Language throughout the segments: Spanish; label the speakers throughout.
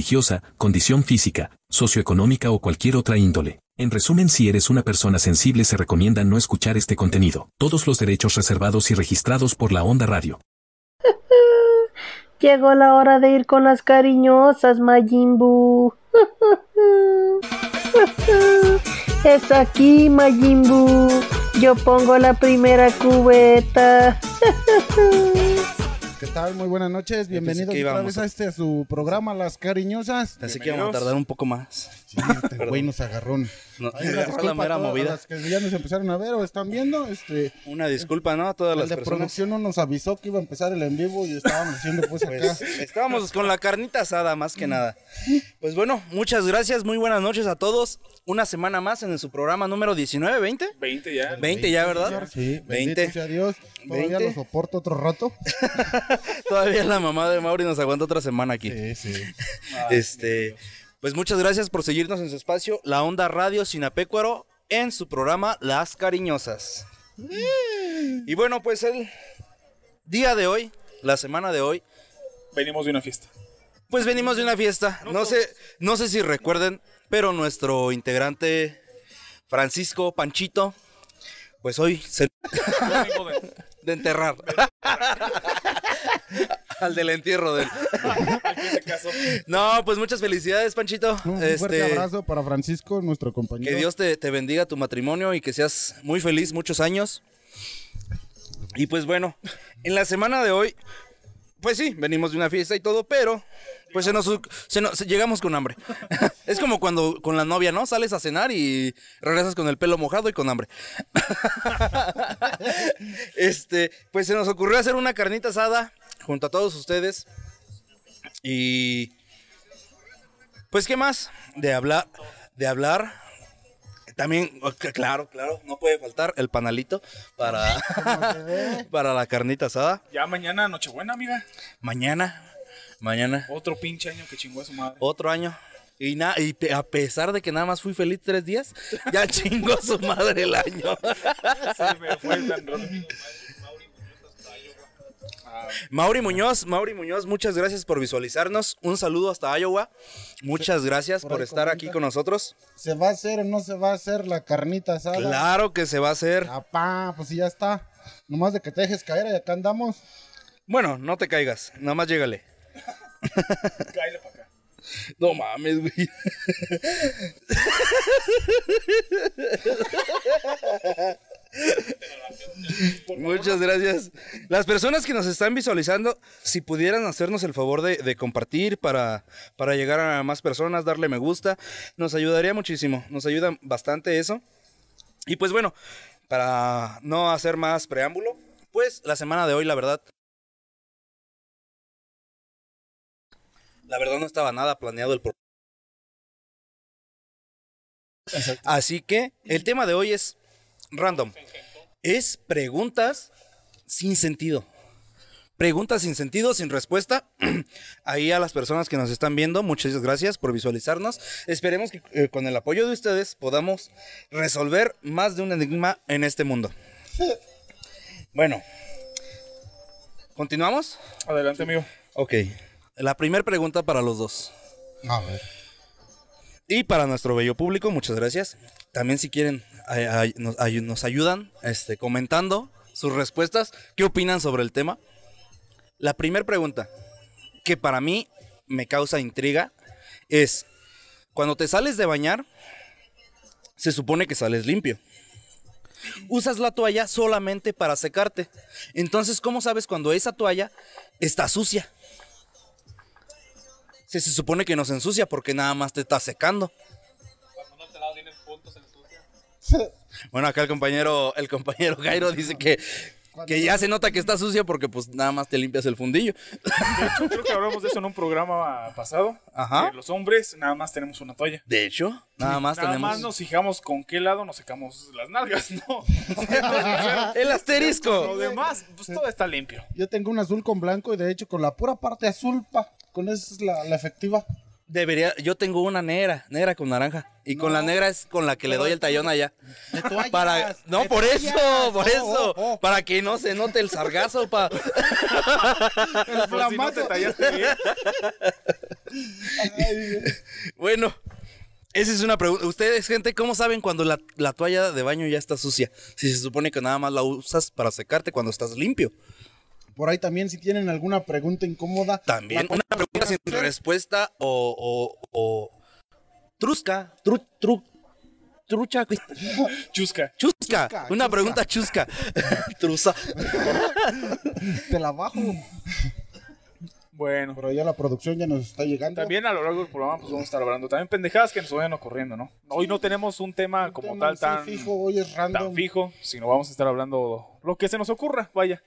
Speaker 1: religiosa, condición física, socioeconómica o cualquier otra índole. En resumen, si eres una persona sensible se recomienda no escuchar este contenido. Todos los derechos reservados y registrados por la Onda Radio.
Speaker 2: Llegó la hora de ir con las cariñosas, Majimbu. Es aquí, Majimbu. Yo pongo la primera cubeta.
Speaker 3: ¿Qué tal? Muy buenas noches. Bienvenidos
Speaker 4: que
Speaker 3: otra
Speaker 4: íbamos
Speaker 3: vez
Speaker 4: a-
Speaker 3: a este a su programa Las Cariñosas.
Speaker 4: Así que vamos a tardar un poco más.
Speaker 3: Sí, este güey nos agarró.
Speaker 4: No,
Speaker 3: Ay, una
Speaker 4: agarró
Speaker 3: disculpa
Speaker 4: la
Speaker 3: a
Speaker 4: mera
Speaker 3: todas
Speaker 4: movida.
Speaker 3: las que ya nos empezaron a ver o están viendo. Este,
Speaker 4: Una disculpa, ¿no? A todas
Speaker 3: el
Speaker 4: las
Speaker 3: de
Speaker 4: personas.
Speaker 3: producción no nos avisó que iba a empezar el en vivo y estábamos haciendo pues acá.
Speaker 4: Pues, estábamos con la carnita asada, más que nada. Pues bueno, muchas gracias, muy buenas noches a todos. Una semana más en su programa número 19, 20.
Speaker 5: 20 ya.
Speaker 4: 20 ya, ¿verdad?
Speaker 3: Sí, 20.
Speaker 4: 20.
Speaker 3: sea Dios. Todavía
Speaker 4: 20.
Speaker 3: lo soporto otro rato.
Speaker 4: Todavía la mamá de Mauri nos aguanta otra semana aquí.
Speaker 3: Sí, sí.
Speaker 4: Este, pues muchas gracias por seguirnos en su espacio, La Onda Radio Sinapecuaro, en su programa Las Cariñosas.
Speaker 3: Mm.
Speaker 4: Y bueno, pues el día de hoy, la semana de hoy,
Speaker 5: Venimos de una fiesta.
Speaker 4: Pues venimos de una fiesta. No sé, no sé si recuerden, pero nuestro integrante Francisco Panchito, pues hoy se
Speaker 5: Domingo de-
Speaker 4: de enterrar. Al del entierro de él.
Speaker 5: ¿Quién se casó?
Speaker 4: No, pues muchas felicidades, Panchito.
Speaker 3: Un fuerte
Speaker 4: Este,
Speaker 3: abrazo para Francisco, nuestro compañero.
Speaker 4: que Dios te, te bendiga tu matrimonio y que seas muy feliz muchos años. Y pues bueno, en la semana de hoy, pues sí, venimos de una fiesta y todo, pero pues se nos, se nos- llegamos con hambre. es como cuando con la novia, ¿no? Sales a cenar y regresas con el pelo mojado y con hambre. este, pues se nos ocurrió hacer una carnita asada junto a todos ustedes. Y pues qué más de hablar de hablar también o- c- claro, claro, no puede faltar el panalito para para la carnita asada
Speaker 5: Ya mañana, Nochebuena, mira.
Speaker 4: mañana, mañana
Speaker 5: Otro pinche año que chingó a su madre.
Speaker 4: otro año. Y, na- y pe- a pesar de que nada más fui feliz tres días, ya chingó su madre el año.
Speaker 5: Se me fue tan raro.
Speaker 4: Mauri Muñoz, Mauri Muñoz, muchas gracias por visualizarnos. Un saludo hasta Iowa. Muchas gracias
Speaker 3: por
Speaker 4: por,
Speaker 3: ahí
Speaker 4: estar
Speaker 3: comenta.
Speaker 4: aquí con nosotros.
Speaker 3: ¿Se va a hacer o no se va a hacer la carnita asada?
Speaker 4: Claro que se va a hacer.
Speaker 3: Apá, pues sí, ya está. Nomás de que te dejes caer y acá andamos.
Speaker 4: Bueno, no te caigas, nada más llégale.
Speaker 5: Cállate para acá.
Speaker 4: No mames, güey. Muchas gracias. Las personas que nos están visualizando, si pudieran hacernos el favor de, de compartir para, para llegar a más personas, darle me gusta, nos ayudaría muchísimo. Nos ayuda bastante eso. Y pues bueno, para no hacer más preámbulo, pues la semana de hoy, la verdad, la verdad no estaba nada planeado el programa. Así que el tema de hoy es random. Es preguntas sin sentido. Preguntas sin sentido, sin respuesta. Ahí a las personas que nos están viendo, muchas gracias por visualizarnos. Esperemos que eh, con el apoyo de ustedes podamos resolver más de un enigma en este mundo. Bueno, ¿continuamos?
Speaker 5: Adelante, amigo.
Speaker 4: Ok. La primera pregunta para los dos.
Speaker 3: A ver.
Speaker 4: Y para nuestro bello público, muchas gracias. También si quieren, ay- ay- nos, ay- nos ayudan este, comentando sus respuestas, qué opinan sobre el tema. La primera pregunta, que para mí me causa intriga, es, cuando te sales de bañar, se supone que sales limpio. Usas la toalla solamente para secarte. Entonces, ¿cómo sabes cuando esa toalla está sucia? Se, se supone que no se ensucia porque nada más te está secando. Bueno, acá el compañero, el compañero Jairo dice que
Speaker 3: Cuando-
Speaker 4: Que ya se nota que está sucia porque pues nada más te limpias el fundillo.
Speaker 5: De hecho, creo que hablamos de eso en un programa pasado.
Speaker 4: Ajá.
Speaker 5: que los hombres nada más tenemos una toalla.
Speaker 4: De hecho, nada más
Speaker 5: nada
Speaker 4: tenemos...
Speaker 5: más nos fijamos con qué lado nos secamos las nalgas, ¿no?
Speaker 4: El
Speaker 5: Lo
Speaker 4: asterisco.
Speaker 5: demás, pues todo está limpio.
Speaker 3: Yo tengo un azul con blanco y de hecho con la pura parte azul, pa. Con esa es la, la efectiva.
Speaker 4: Debería, yo tengo una negra, negra con naranja. Y con la negra es con la que le doy el tallón allá.
Speaker 3: De toallas,
Speaker 4: Para, no,
Speaker 3: de
Speaker 4: por
Speaker 3: toallas.
Speaker 4: eso, por
Speaker 3: Oh,
Speaker 4: eso.
Speaker 3: oh, oh.
Speaker 4: Para que no se note el sargazo, pa.
Speaker 5: Pero si no te
Speaker 3: flamazo.
Speaker 5: tallaste bien.
Speaker 3: Ay,
Speaker 4: Bueno, esa es una pregunta. Ustedes, gente, ¿cómo saben cuando la, la toalla de baño ya está sucia? Si se supone que nada más la usas para secarte cuando estás limpio.
Speaker 3: Por ahí también, si tienen alguna pregunta incómoda.
Speaker 4: También
Speaker 3: la-
Speaker 4: una pregunta sin respuesta o, o, o trusca, tru, tru, trucha,
Speaker 5: Chusca.
Speaker 4: chusca,
Speaker 3: Chusca,
Speaker 4: una
Speaker 3: chusca.
Speaker 4: pregunta chusca, trusa.
Speaker 3: Te la bajo.
Speaker 5: Bueno.
Speaker 3: Pero ya la producción ya nos está llegando.
Speaker 5: También a lo largo del programa pues vamos a estar hablando también pendejadas que nos vayan ocurriendo, ¿no? Hoy no tenemos un tema
Speaker 3: Un
Speaker 5: como
Speaker 3: tema
Speaker 5: tal
Speaker 3: así
Speaker 5: tan
Speaker 3: fijo, hoy es random.
Speaker 5: tan fijo, sino vamos a estar hablando lo que se nos ocurra, vaya.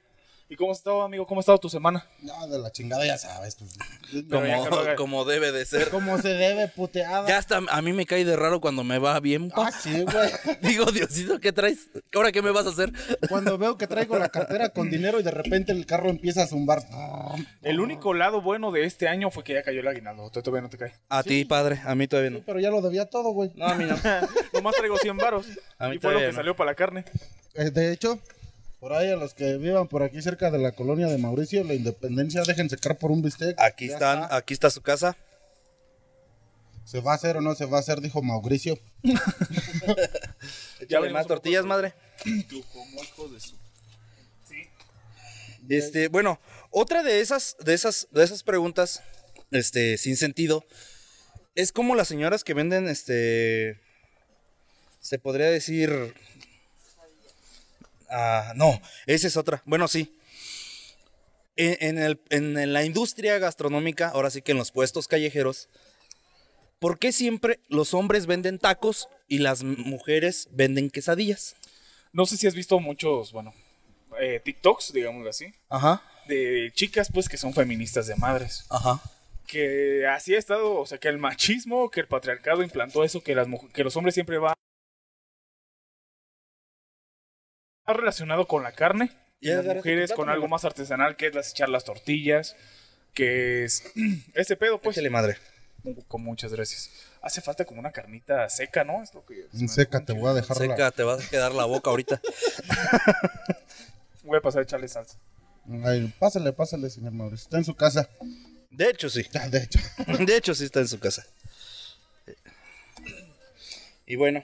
Speaker 5: ¿Y cómo has estado, amigo? ¿Cómo ha estado tu semana?
Speaker 3: No, de la chingada ya sabes. pues.
Speaker 5: Pero ya que lo
Speaker 4: Como,
Speaker 5: haga.
Speaker 4: como debe de ser.
Speaker 3: Como se debe, puteada.
Speaker 4: Ya hasta a mí me cae de raro cuando me va bien. pa.
Speaker 3: Ah, sí, güey.
Speaker 4: Digo, Diosito, ¿qué traes? ¿Ahora qué me vas a hacer?
Speaker 3: Cuando veo que traigo la cartera con dinero y de repente el carro empieza a zumbar.
Speaker 5: El único lado bueno de este año fue que ya cayó el aguinaldo. Tú todavía no te cae.
Speaker 4: A ti, padre, a mí todavía
Speaker 3: Sí,
Speaker 4: no.
Speaker 3: pero ya lo debía todo, güey.
Speaker 4: No, a mí no.
Speaker 5: Nomás traigo 100 varos.
Speaker 4: A mí
Speaker 5: Y fue lo
Speaker 4: todavía
Speaker 5: que
Speaker 4: no.
Speaker 5: salió para la carne.
Speaker 3: Eh, de hecho, por ahí a los que vivan por aquí cerca de la colonia de Mauricio, la independencia, dejen secar por un bistec.
Speaker 4: Aquí
Speaker 3: Ya
Speaker 4: están,
Speaker 3: está.
Speaker 4: aquí está su casa.
Speaker 3: ¿Se va a hacer o no se va a hacer? Dijo Mauricio.
Speaker 4: Échale
Speaker 5: venimos
Speaker 4: más
Speaker 5: un poco
Speaker 4: tortillas,
Speaker 5: de-
Speaker 4: madre.
Speaker 5: Tú como hijo de su... Sí.
Speaker 4: Este, bueno, otra de esas, de esas, de esas preguntas, este, sin sentido, es como las señoras que venden, este, se podría decir, ah, no, esa es otra. Bueno, sí. En, en el- en- en la industria gastronómica, ahora sí que en los puestos callejeros, ¿por qué siempre los hombres venden tacos y las m- mujeres venden quesadillas?
Speaker 5: No sé si has visto muchos, bueno, eh, TikToks, digámoslo así,
Speaker 4: Ajá,
Speaker 5: de chicas pues que son feministas de madres.
Speaker 4: ajá.
Speaker 5: Que así ha estado, o sea, que el machismo, que el patriarcado implantó eso, que, las muj- que los hombres siempre van... Está relacionado con la carne y las mujeres con algo más artesanal que es las echar las tortillas, que es ese pedo pues.
Speaker 4: Échale madre.
Speaker 5: Con muchas gracias. Hace falta como una carnita seca, ¿no? Es lo que...
Speaker 3: Seca, te voy a dejar
Speaker 4: Seca, te vas a quedar la boca ahorita.
Speaker 5: Voy a pasar a echarle salsa.
Speaker 3: la... Ay, pásale, pásale, señor Mauricio. Está en su casa.
Speaker 4: De hecho, sí.
Speaker 3: Ya, de hecho.
Speaker 4: De hecho, sí está en su casa. Y bueno,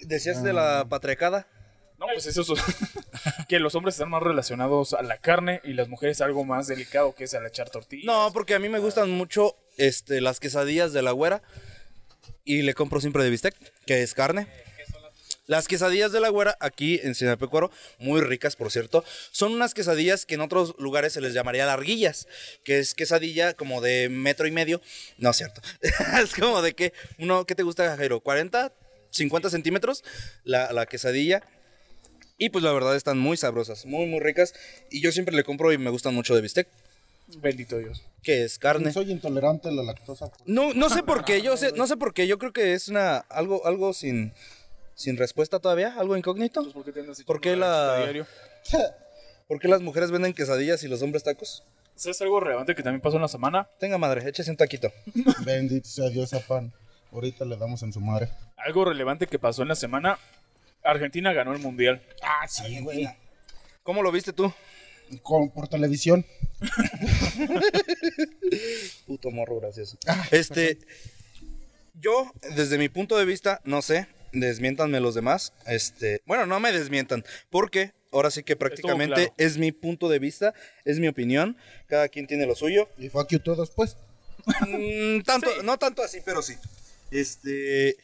Speaker 4: decías de la patriarcada.
Speaker 5: No, pues eso es que los hombres están más relacionados a la carne y las mujeres algo más delicado que es al echar tortillas.
Speaker 4: No, porque a mí me gustan mucho este, las quesadillas de la güera. Y le compro siempre de bistec, que es carne. Las quesadillas de la güera aquí en Ciudad Pecuaro, muy ricas por cierto, son unas quesadillas que en otros lugares se les llamaría larguillas, que es quesadilla como de metro y medio, no es cierto, es como de que uno, ¿qué te gusta Jairo? ¿40? ¿50 centímetros? La, la quesadilla. Y pues la verdad están muy sabrosas, muy muy ricas. Y yo siempre le compro y me gustan mucho de bistec,
Speaker 5: Bendito Dios.
Speaker 4: que es carne.
Speaker 3: Soy intolerante a la lactosa.
Speaker 4: No, no sé por qué, yo sé, no sé por qué, yo creo que es una algo, algo sin, sin respuesta todavía, algo incógnito.
Speaker 5: Entonces, pues, ¿por qué te andas
Speaker 4: ¿Por qué
Speaker 5: echando
Speaker 4: la-
Speaker 5: chita diario?
Speaker 4: ¿Por qué las mujeres venden quesadillas y los hombres tacos?
Speaker 5: ¿Sabes algo relevante que también pasó en la semana?
Speaker 4: Tenga madre, échese un taquito.
Speaker 3: Bendito sea Dios, afán. Ahorita le damos en su madre.
Speaker 5: Algo relevante que pasó en la semana. Argentina ganó el mundial.
Speaker 3: Ah, sí, güey.
Speaker 4: ¿Cómo lo viste tú?
Speaker 3: Con, por televisión.
Speaker 4: Puto morro gracioso. Este, yo, desde mi punto de vista, no sé, desmiéntanme los demás. Este, bueno, no me desmientan, porque ahora sí que prácticamente
Speaker 5: claro.
Speaker 4: es mi punto de vista, es mi opinión, cada quien tiene lo suyo.
Speaker 3: Y fuck you todos, pues.
Speaker 4: Mm, tanto, no tanto así, pero sí. Este,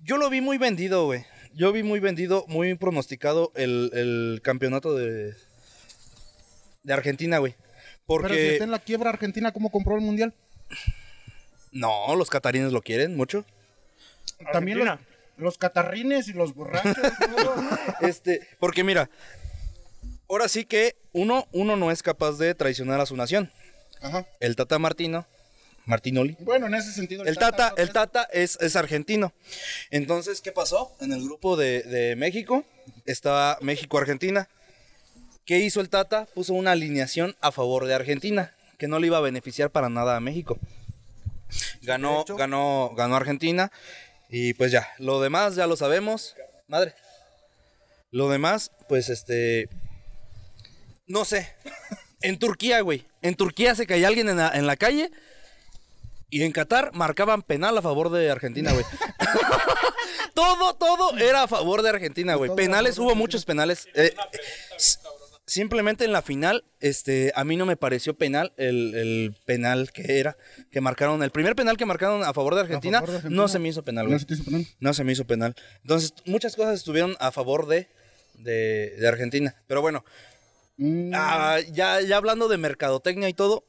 Speaker 4: yo lo vi muy vendido, güey. Yo vi muy vendido, muy pronosticado el, el campeonato de, de Argentina, güey.
Speaker 3: Pero si
Speaker 4: Porque
Speaker 3: está en la quiebra Argentina, ¿cómo compró el mundial?
Speaker 4: no, los catarines lo quieren mucho.
Speaker 3: También los, los catarrines y los borrachos. ¿no?
Speaker 4: Este, porque mira, ahora sí que uno, uno no es capaz de traicionar a su nación.
Speaker 3: Ajá.
Speaker 4: El Tata Martino, Martinoli,
Speaker 3: Bueno, en ese sentido.
Speaker 4: el Tata, el Tata es, es argentino. Entonces, ¿qué pasó? En el grupo de, de México estaba México-Argentina. ¿Qué hizo el Tata? Puso una alineación a favor de Argentina, que no le iba a beneficiar para nada a México. Ganó, ganó, ganó Argentina. Y pues ya, lo demás ya lo sabemos. Madre. Lo demás, pues este. No sé. En Turquía, güey. En Turquía se caía alguien en la, en la calle. Y en Qatar marcaban penal a favor de Argentina, güey. todo, todo era a favor de Argentina, güey. Penales, hubo muchos penales. Eh, s- simplemente en la final, este, a mí no me pareció penal el, el penal que era, que marcaron. El primer penal que marcaron a favor de Argentina,
Speaker 3: favor de Argentina.
Speaker 4: no se me hizo penal,
Speaker 3: No
Speaker 4: güey.
Speaker 3: se te hizo penal.
Speaker 4: No se me hizo penal. Entonces, muchas cosas estuvieron a favor de, de, de Argentina. Pero bueno,
Speaker 3: Mm,
Speaker 4: ah, ya, ya hablando de mercadotecnia y todo,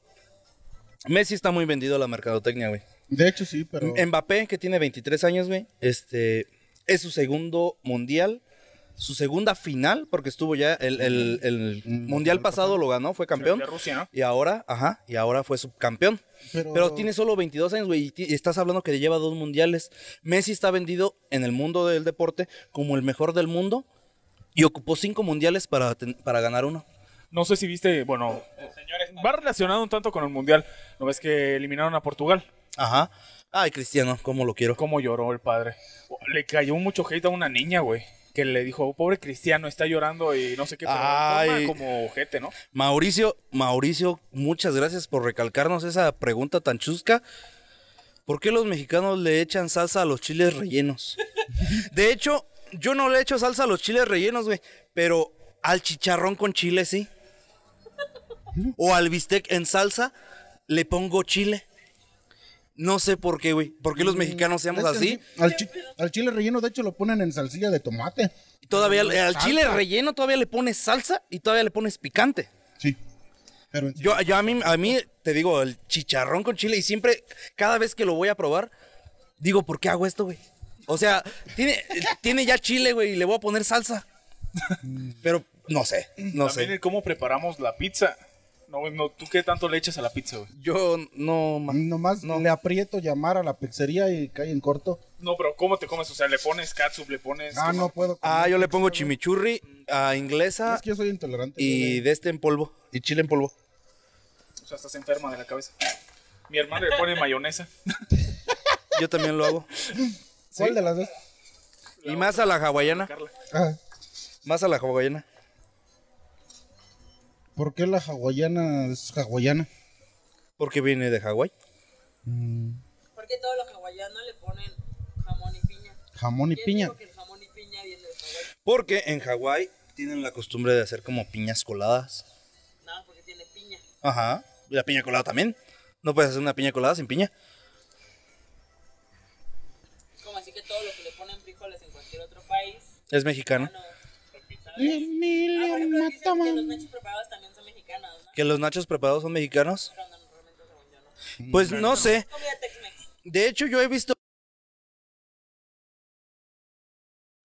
Speaker 4: Messi está muy vendido a la mercadotecnia, güey.
Speaker 3: de hecho, sí, pero.
Speaker 4: Mbappé, que tiene 23 años, güey, este, es su segundo mundial, su segunda final, porque estuvo ya el, el- el
Speaker 3: Mm,
Speaker 4: mundial
Speaker 3: el
Speaker 4: pasado, lo ganó, fue campeón.
Speaker 5: De Rusia, ¿no?
Speaker 4: Y ahora, ajá, y ahora fue subcampeón.
Speaker 3: pero,
Speaker 4: Pero tiene solo 22 años, güey, y ti- y estás hablando que lleva dos mundiales. Messi está vendido en el mundo del deporte como el mejor del mundo y ocupó cinco mundiales para, ten- para ganar uno.
Speaker 5: No sé si viste, bueno, va relacionado un tanto con el Mundial. ¿No ves que eliminaron a Portugal?
Speaker 4: Ajá. Ay, Cristiano, cómo lo quiero.
Speaker 5: ¿Cómo lloró el padre? Le cayó mucho hate a una niña, güey. Que le dijo, "Oh, pobre Cristiano, está llorando y no sé qué. Pero de forma
Speaker 4: Ay.
Speaker 5: como gente, ¿no?
Speaker 4: Mauricio, Mauricio, muchas gracias por recalcarnos esa pregunta tan chusca. ¿Por qué los mexicanos le echan salsa a los chiles rellenos? De hecho, yo no le echo salsa a los chiles rellenos, güey, pero al chicharrón con chile sí. O al bistec en salsa le pongo chile. No sé por qué, güey. ¿Por qué los mexicanos seamos
Speaker 3: de hecho,
Speaker 4: así?
Speaker 3: sí, Al, chi- al chile relleno, de hecho, lo ponen en salsilla de tomate.
Speaker 4: Y Todavía al al chile relleno todavía le pones salsa y todavía le pones picante.
Speaker 3: Sí. Pero en sí-
Speaker 4: Yo, yo a, mí, a mí, te digo, el chicharrón con chile, y siempre, cada vez que lo voy a probar, digo, ¿por qué hago esto, güey? O sea, tiene, tiene ya chile, güey, y le voy a poner salsa. Pero no sé, no
Speaker 5: También
Speaker 4: sé.
Speaker 5: el cómo preparamos la pizza. No, güey, no, ¿tú qué tanto le echas a la pizza, güey?
Speaker 4: Yo no... ma-
Speaker 3: Nomás
Speaker 4: no.
Speaker 3: le aprieto llamar a la pizzería y cae en corto.
Speaker 5: No, pero ¿cómo te comes? O sea, le pones catsup, le pones...
Speaker 3: Ah, no puedo. comer.
Speaker 4: Ah, yo le pongo chimichurri a inglesa
Speaker 3: Es que yo soy intolerante.
Speaker 4: y
Speaker 3: güey.
Speaker 4: de este en polvo, y chile en polvo.
Speaker 5: O sea, estás enferma de la cabeza. Mi hermano le pone mayonesa.
Speaker 4: Yo también lo hago.
Speaker 3: ¿Cuál de las dos?
Speaker 4: Y más a la hawaiana,
Speaker 5: Carla.
Speaker 3: Ah,
Speaker 4: más a la hawaiana.
Speaker 3: ¿Por qué la hawaiana es hawaiana?
Speaker 4: Porque viene de Hawái.
Speaker 6: Porque todos los hawaianos le ponen jamón y piña.
Speaker 3: Jamón y
Speaker 6: ¿Quién
Speaker 3: piña.
Speaker 6: dijo que el jamón y piña viene de Hawái?
Speaker 4: Porque en Hawái tienen la costumbre de hacer como piñas coladas.
Speaker 6: Nada, porque tiene piña.
Speaker 4: Ajá. Y la piña colada también. No puedes hacer una piña colada sin piña.
Speaker 6: Como así que todos los que le ponen frijoles en cualquier otro país.
Speaker 4: Es mexicana.
Speaker 6: No, ¿sabes? Ah, por ejemplo,
Speaker 3: Emilio
Speaker 6: dicen que los
Speaker 3: Mataman.
Speaker 6: nachos preparados también son mexicanos, ¿no?
Speaker 4: Que los nachos preparados son mexicanos.
Speaker 6: Pero no, realmente según yo no.
Speaker 4: Pues no sé.
Speaker 6: Comida Tex-Mex.
Speaker 4: De hecho, yo he visto.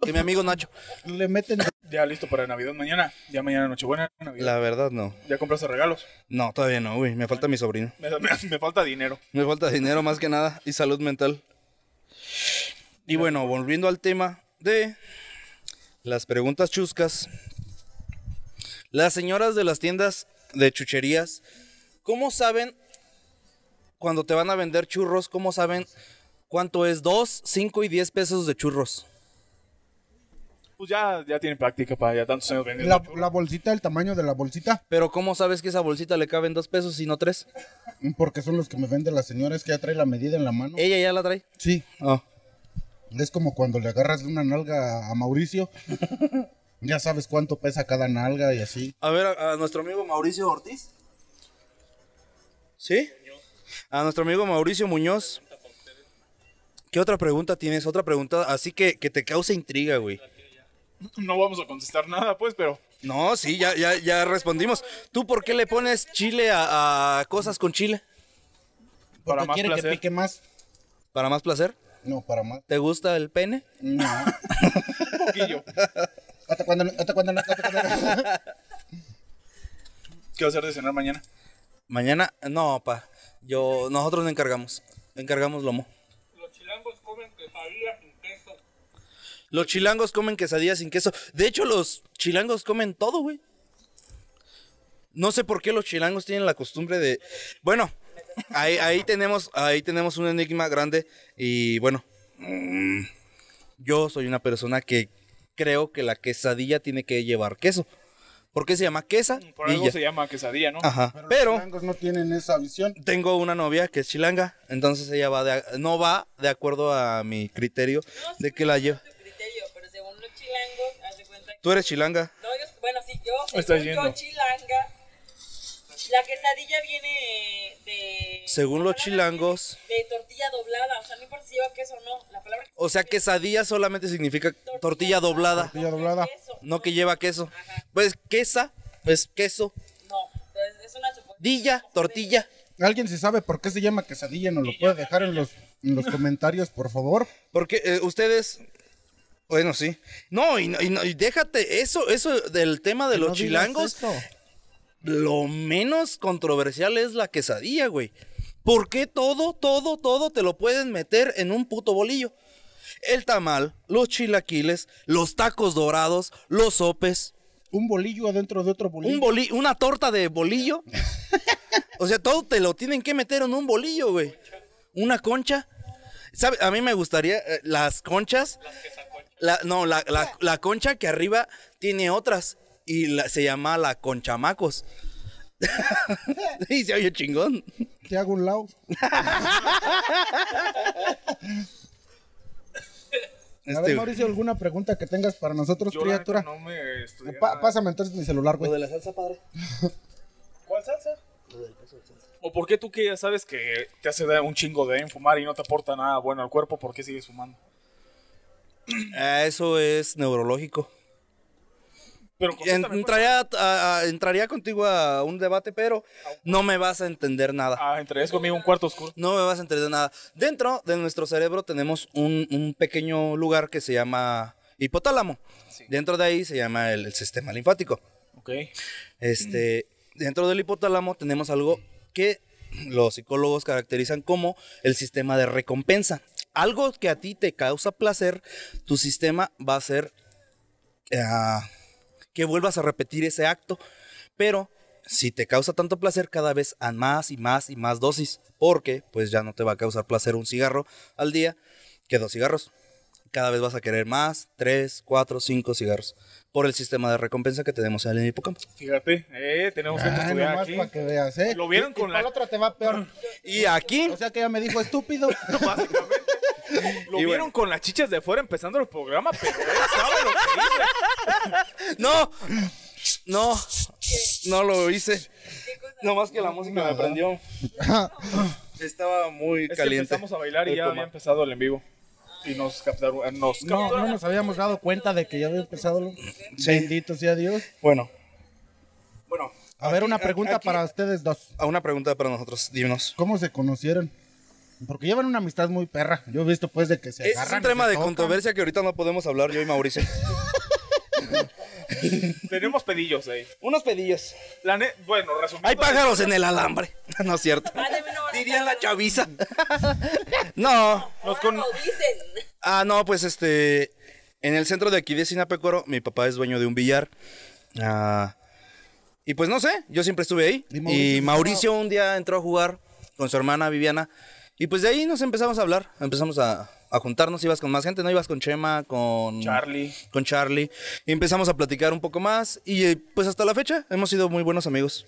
Speaker 4: Que mi amigo Nacho.
Speaker 3: Le meten.
Speaker 5: Ya listo para Navidad mañana. Ya mañana Nochebuena, Navidad.
Speaker 4: La verdad, no.
Speaker 5: Ya compraste regalos.
Speaker 4: No, todavía no, güey. Me falta mi sobrino.
Speaker 5: Me, me- me falta dinero.
Speaker 4: Me falta dinero más que nada y salud mental. Y bueno, volviendo al tema de las preguntas chuscas. Las señoras de las tiendas de chucherías, ¿cómo saben cuando te van a vender churros? ¿Cómo saben cuánto es 2, 5 y 10 pesos de churros?
Speaker 5: Pues ya, ya tienen práctica para ya tantos años vendiendo.
Speaker 3: La, la bolsita, el tamaño de la bolsita.
Speaker 4: Pero ¿cómo sabes que esa bolsita le caben 2 pesos y no 3?
Speaker 3: Porque son los que me venden las señoras que ya trae la medida en la mano.
Speaker 4: ¿Ella ya la trae?
Speaker 3: Sí.
Speaker 4: Ah.
Speaker 3: Es como cuando le agarras una nalga a Mauricio. ya sabes cuánto pesa cada nalga y así.
Speaker 4: A ver, a, a nuestro amigo Mauricio Ortiz. ¿Sí? A nuestro amigo Mauricio Muñoz. ¿Qué otra pregunta tienes? Otra pregunta así que, que te causa intriga, güey.
Speaker 5: No vamos a contestar nada, pues, pero
Speaker 4: No, sí, ya, ya, ya respondimos. ¿Tú por qué le pones chile a, a cosas con chile?
Speaker 5: Para
Speaker 3: Porque
Speaker 5: más
Speaker 3: quiere
Speaker 5: placer.
Speaker 3: que pique más.
Speaker 4: ¿Para más placer?
Speaker 3: No, para más.
Speaker 4: ¿Te gusta el pene?
Speaker 3: No.
Speaker 5: un poquillo.
Speaker 3: Hasta cuando, hasta cuando, hasta cuando.
Speaker 5: ¿Qué va a hacer de cenar mañana?
Speaker 4: Mañana, no, pa. Yo, nosotros no encargamos. Encargamos lomo.
Speaker 7: Los chilangos comen quesadillas sin queso.
Speaker 4: Los chilangos comen quesadillas sin queso. De hecho, los chilangos comen todo, güey. No sé por qué los chilangos tienen la costumbre de. Bueno, ahí, ahí tenemos, ahí tenemos un enigma grande. Y bueno. mm, Yo soy una persona que creo que la quesadilla tiene que llevar queso. ¿Por qué se llama quesa?
Speaker 5: Por algo se llama quesadilla, ¿no?
Speaker 4: Ajá. Pero,
Speaker 3: los chilangos no tienen esa visión.
Speaker 4: tengo una novia que es chilanga, entonces ella va de, no va de acuerdo a mi criterio
Speaker 6: No,
Speaker 4: de
Speaker 6: sí,
Speaker 4: que la
Speaker 6: según
Speaker 4: lleva.
Speaker 6: tu criterio, pero según los chilangos, haz de cuenta que-
Speaker 4: Tú eres chilanga.
Speaker 6: No, yo- bueno, sí, yo,
Speaker 5: Estás
Speaker 6: según
Speaker 5: yendo.
Speaker 6: yo chilanga, la quesadilla viene de...
Speaker 4: Según
Speaker 6: la
Speaker 4: los
Speaker 6: palabra
Speaker 4: chilangos-
Speaker 6: viene De tortilla doblada, o sea, no importa si lleva queso o no, la palabra...
Speaker 4: O sea, quesadilla solamente significa tortilla doblada,
Speaker 3: Tortilla doblada.
Speaker 6: queso,
Speaker 4: no que lleva queso.
Speaker 6: Ajá.
Speaker 4: Pues quesa, pues queso,
Speaker 6: No, entonces es una suposición.
Speaker 4: dilla, tortilla.
Speaker 3: ¿Alguien si sabe por qué se llama quesadilla? Nos lo puede dejar en los, en los comentarios, por favor.
Speaker 4: Porque eh, ustedes bueno, sí. No y, no- y no- y déjate eso, eso del tema de los
Speaker 3: No digas
Speaker 4: chilangos,
Speaker 3: esto.
Speaker 4: lo menos controversial es la quesadilla, güey. ¿Por qué todo, todo, todo te lo pueden meter en un puto bolillo? El tamal, los chilaquiles, los tacos dorados, los sopes,
Speaker 3: Un bolillo adentro de otro bolillo.
Speaker 4: un boli- una torta de bolillo. o sea, todo te lo tienen que meter en un bolillo, güey. Una concha. ¿Sabe? A mí me gustaría eh, las conchas. La, no, la, la- la concha que arriba tiene otras y la- se llama la conchamacos. y se oye chingón.
Speaker 3: Te hago un lado. A
Speaker 4: Este,
Speaker 3: ver, Mauricio, ¿alguna pregunta que tengas para nosotros,
Speaker 5: Yo la
Speaker 3: criatura?
Speaker 5: neta, no me estudié
Speaker 3: Pa-
Speaker 5: nada.
Speaker 3: pásame entonces mi celular, güey.
Speaker 4: la salsa, padre?
Speaker 5: ¿Cuál salsa? ¿O por qué tú que ya sabes que te hace da- un chingo de en fumar y no te aporta nada bueno al cuerpo, por qué sigues fumando?
Speaker 4: Ah, eso es neurológico.
Speaker 5: Pero pues. con
Speaker 4: En- entraría, a- a- entraría contigo a un debate, pero no me vas a entender nada.
Speaker 5: Ah, entrarías conmigo a un cuarto oscuro.
Speaker 4: No me vas a entender nada. Dentro de nuestro cerebro tenemos un, un pequeño lugar que se llama hipotálamo. Dentro de ahí se llama el, el sistema linfático.
Speaker 5: Ok.
Speaker 4: Este, Dentro del hipotálamo tenemos algo que los psicólogos caracterizan como el sistema de recompensa. Algo que a ti te causa placer, tu sistema va a ser eh, que vuelvas a repetir ese acto. Pero si te causa tanto placer, cada vez a más y más y más dosis. Porque pues ya no te va a causar placer un cigarro al día que dos cigarros. Cada vez vas a querer más, tres, cuatro, cinco cigarros. Por el sistema de recompensa que tenemos en el hipocampo.
Speaker 5: Fíjate, eh, tenemos que
Speaker 3: Ah,
Speaker 5: estudiar
Speaker 3: nomás
Speaker 5: aquí.
Speaker 3: para que veas, ¿eh?
Speaker 5: Lo
Speaker 3: Y-
Speaker 5: vieron
Speaker 3: y
Speaker 5: con
Speaker 3: para
Speaker 5: la-
Speaker 3: el otro te va peor.
Speaker 4: Y aquí,
Speaker 3: O sea que ya me dijo estúpido.
Speaker 5: Básicamente. Lo
Speaker 4: Y
Speaker 5: vieron
Speaker 4: bueno.
Speaker 5: con las chichas de fuera empezando el programa, pero él sabe lo que dice.
Speaker 4: no, no, no lo hice. No más que la música me prendió. Estaba muy
Speaker 5: Es que
Speaker 4: caliente.
Speaker 5: empezamos a bailar y
Speaker 4: Muy
Speaker 5: ya había
Speaker 4: coma.
Speaker 5: empezado el en vivo. Y nos capturaron. Nos
Speaker 3: No,
Speaker 5: capturaron.
Speaker 3: no nos habíamos dado cuenta de que ya había empezado. lo- Bendito sea Dios.
Speaker 4: Bueno, bueno,
Speaker 3: A ver, una
Speaker 4: Aquí-
Speaker 3: pregunta
Speaker 4: aquí-
Speaker 3: para ustedes dos.
Speaker 4: a Ah, una pregunta para nosotros, dinos.
Speaker 3: ¿Cómo se conocieron? Porque llevan una amistad muy perra. Yo he visto pues de que se
Speaker 4: Ese es
Speaker 3: agarran
Speaker 4: un
Speaker 3: y
Speaker 4: tema
Speaker 3: se
Speaker 4: de
Speaker 3: tocan.
Speaker 4: controversia que ahorita no podemos hablar yo y Mauricio.
Speaker 5: Tenemos pedillos ahí.
Speaker 4: Unos pedillos.
Speaker 5: La ne- bueno, resumiendo.
Speaker 4: Hay pájaros en el alambre. No es cierto.
Speaker 6: Ah, de una hora
Speaker 4: Dirían
Speaker 6: cada-
Speaker 4: la chaviza. No.
Speaker 5: Nos
Speaker 6: Ahora
Speaker 5: con-
Speaker 6: lo dicen.
Speaker 4: Ah, no, pues este. En el centro de aquí de Sinapecuaro, mi papá es dueño de un billar. Ah, y pues no sé, yo siempre estuve ahí.
Speaker 3: Y
Speaker 4: Y
Speaker 3: Mauricio
Speaker 4: Mauricio, un día entró a jugar con su hermana Viviana. Y pues de ahí nos empezamos a hablar. Empezamos a, a juntarnos. Ibas con más gente, ¿no? Ibas con Chema, con.
Speaker 5: Charlie.
Speaker 4: Con Charlie. Y empezamos a platicar un poco más. Y eh, pues hasta la fecha hemos sido muy buenos amigos.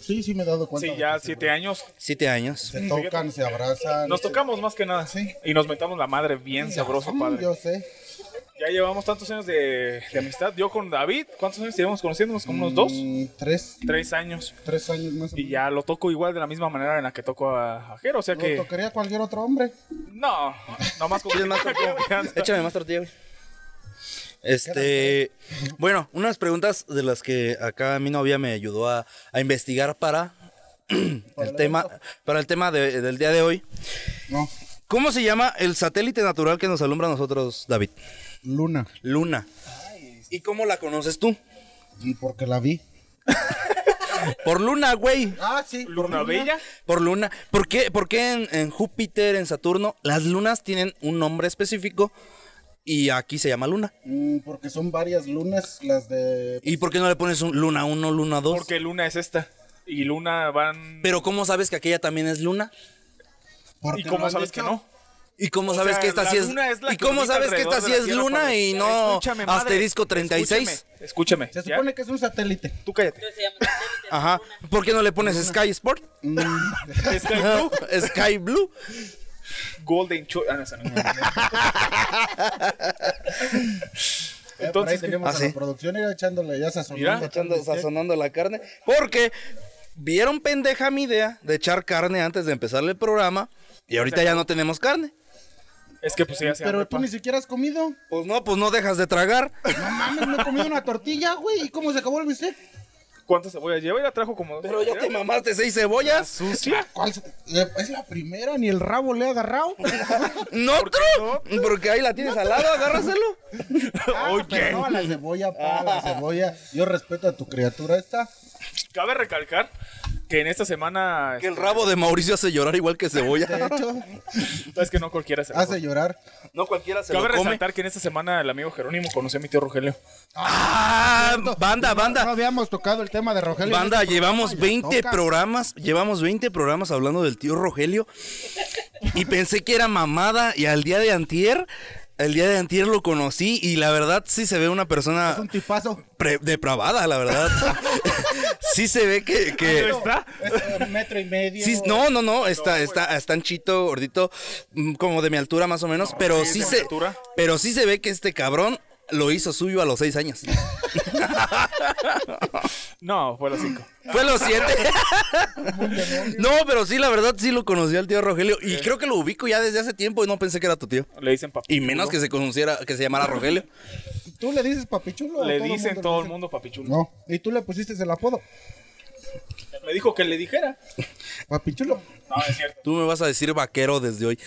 Speaker 3: Sí, sí me he dado cuenta.
Speaker 5: Sí,
Speaker 3: de
Speaker 5: ya
Speaker 3: que se-
Speaker 5: siete años.
Speaker 4: Siete años.
Speaker 3: Se tocan, se abrazan.
Speaker 5: Nos tocamos más que nada.
Speaker 3: Sí.
Speaker 5: Y nos metamos la madre bien sabroso,
Speaker 3: Mm,
Speaker 5: padre.
Speaker 3: Yo sé.
Speaker 5: Ya llevamos tantos años de, de amistad. Yo con David, ¿cuántos años llevamos conociéndonos? ¿Como unos dos?
Speaker 3: Mm, Tres.
Speaker 5: Tres años.
Speaker 3: Tres años más o menos.
Speaker 5: Y ya lo toco igual de la misma manera en la que toco a, a Jero. O sea
Speaker 3: Lo
Speaker 5: que.
Speaker 3: tocaría cualquier otro hombre.
Speaker 5: No, nomás con
Speaker 4: ¿Quieres más tortilla? Échame más tortilla, güey. Este, bueno, unas preguntas de las que acá mi novia me ayudó a, a investigar para el tema, para el tema de- del día de hoy.
Speaker 3: No.
Speaker 4: ¿Cómo se llama el satélite natural que nos alumbra a nosotros, David?
Speaker 3: Luna.
Speaker 4: Luna. ¿Y cómo la conoces tú?
Speaker 3: Porque la vi.
Speaker 4: Por luna, güey.
Speaker 3: Ah, sí. por
Speaker 5: Luna Bella.
Speaker 4: Por luna. ¿Por qué, por qué en, en Júpiter, en Saturno, las lunas tienen un nombre específico y aquí se llama luna?
Speaker 3: Mm, porque son varias lunas las de...
Speaker 4: ¿Y por qué no le pones un luna 1, luna 2?
Speaker 5: Porque Luna es esta. Y Luna van.
Speaker 4: Pero ¿cómo sabes que aquella también es luna?
Speaker 3: porque
Speaker 5: ¿Y
Speaker 3: lo
Speaker 5: cómo
Speaker 3: han
Speaker 5: sabes que
Speaker 3: dicho.
Speaker 5: no?
Speaker 4: ¿Y cómo
Speaker 5: O
Speaker 4: sabes
Speaker 5: sea,
Speaker 4: que esta
Speaker 5: la
Speaker 4: sí es,
Speaker 5: luna es la
Speaker 4: ¿Y
Speaker 5: que
Speaker 4: cómo
Speaker 5: orbita
Speaker 4: sabes que esta
Speaker 5: alrededor
Speaker 4: sí
Speaker 5: de la
Speaker 4: es
Speaker 5: Tierra
Speaker 4: luna
Speaker 5: para-
Speaker 4: y
Speaker 5: Ya,
Speaker 4: no
Speaker 5: escúchame, madre,
Speaker 4: asterisco 36?
Speaker 5: Escúchame.
Speaker 3: Se
Speaker 5: ¿ya?
Speaker 3: supone que es un satélite.
Speaker 5: Tú cállate.
Speaker 6: Pero se llama satélite.
Speaker 4: Ajá. ¿Por qué no le pones Sky Sport?
Speaker 3: Mm,
Speaker 5: Sky Blue,
Speaker 4: Sky Blue.
Speaker 5: Golden Choice. Ah, no, esa no.
Speaker 3: eh, por ahí
Speaker 5: Entonces,
Speaker 3: tenemos
Speaker 4: Ah,
Speaker 3: a
Speaker 4: sí.
Speaker 3: la producción ir echándole ya sazonando.
Speaker 5: Mira,
Speaker 4: Echando- sazonando la carne. Porque vieron pendeja mi idea de echar carne antes de empezar el programa. Y ahorita ya no tenemos carne.
Speaker 5: es que pues ya se
Speaker 3: Pero
Speaker 5: abre,
Speaker 3: tú
Speaker 5: pa.
Speaker 3: ni siquiera has comido.
Speaker 4: Pues no, pues no dejas de tragar.
Speaker 3: No mames, no he comido una tortilla, güey. ¿Y cómo se acabó el bistec?
Speaker 5: ¿Cuántas cebollas lleva? Y la trajo como.
Speaker 4: Pero ya te mamaste seis cebollas.
Speaker 5: Sucia.
Speaker 3: ¿Cuál se- eh, Es la primera, ni el rabo le ha agarrado.
Speaker 4: No, otro. Porque ahí la tienes al lado, agárraselo.
Speaker 3: Ah, pero no, a la cebolla, pa, a la cebolla. Yo respeto a tu criatura esta.
Speaker 5: Cabe recalcar que en esta semana.
Speaker 4: Que el rabo de Mauricio hace llorar igual que
Speaker 3: De
Speaker 4: cebolla.
Speaker 3: hecho,
Speaker 5: Es que no cualquiera se la
Speaker 3: hace llorar.
Speaker 4: No cualquiera se
Speaker 5: Cabe
Speaker 4: lo come.
Speaker 5: resaltar que en esta semana el amigo Jerónimo conoció a mi tío Rogelio.
Speaker 4: Ah, banda,
Speaker 3: No,
Speaker 4: banda.
Speaker 3: habíamos tocado el tema de Rogelio.
Speaker 4: Banda, llevamos
Speaker 3: ya
Speaker 4: 20
Speaker 3: toca.
Speaker 4: programas, llevamos 20 programas hablando del tío Rogelio y pensé que era mamada y al día de antier, el día de antier lo conocí y la verdad sí se ve una
Speaker 3: Es un
Speaker 4: persona
Speaker 3: tipazo.
Speaker 4: pre- depravada, la verdad. sí se ve que... que-
Speaker 5: ¿Dónde ¿Ah, está?
Speaker 3: Es un metro y medio.
Speaker 4: sí, no, no, no, está, está, está anchito, gordito, mm, como de mi altura más o menos, pero
Speaker 5: sí,
Speaker 4: sí
Speaker 5: de mi
Speaker 4: se...
Speaker 5: altura.
Speaker 4: Pero sí se ve que este cabrón lo hizo suyo a los 6 años.
Speaker 5: No, fue a las 5.
Speaker 4: Fue los siete. no, pero sí, la verdad, sí lo conocí al tío Rogelio. Y creo que lo ubico ya desde hace tiempo y no pensé que era tu tío.
Speaker 5: Le dicen papi.
Speaker 4: Y menos que se conociera, que se llamara Rogelio.
Speaker 3: ¿Tú le dices papichulo?
Speaker 5: Le dicen todo el mundo papi chulo.
Speaker 3: No. ¿Y tú le pusiste el apodo?
Speaker 5: Me dijo que le dijera.
Speaker 3: Papichulo.
Speaker 5: No, es cierto.
Speaker 4: Tú me vas a decir vaquero desde hoy.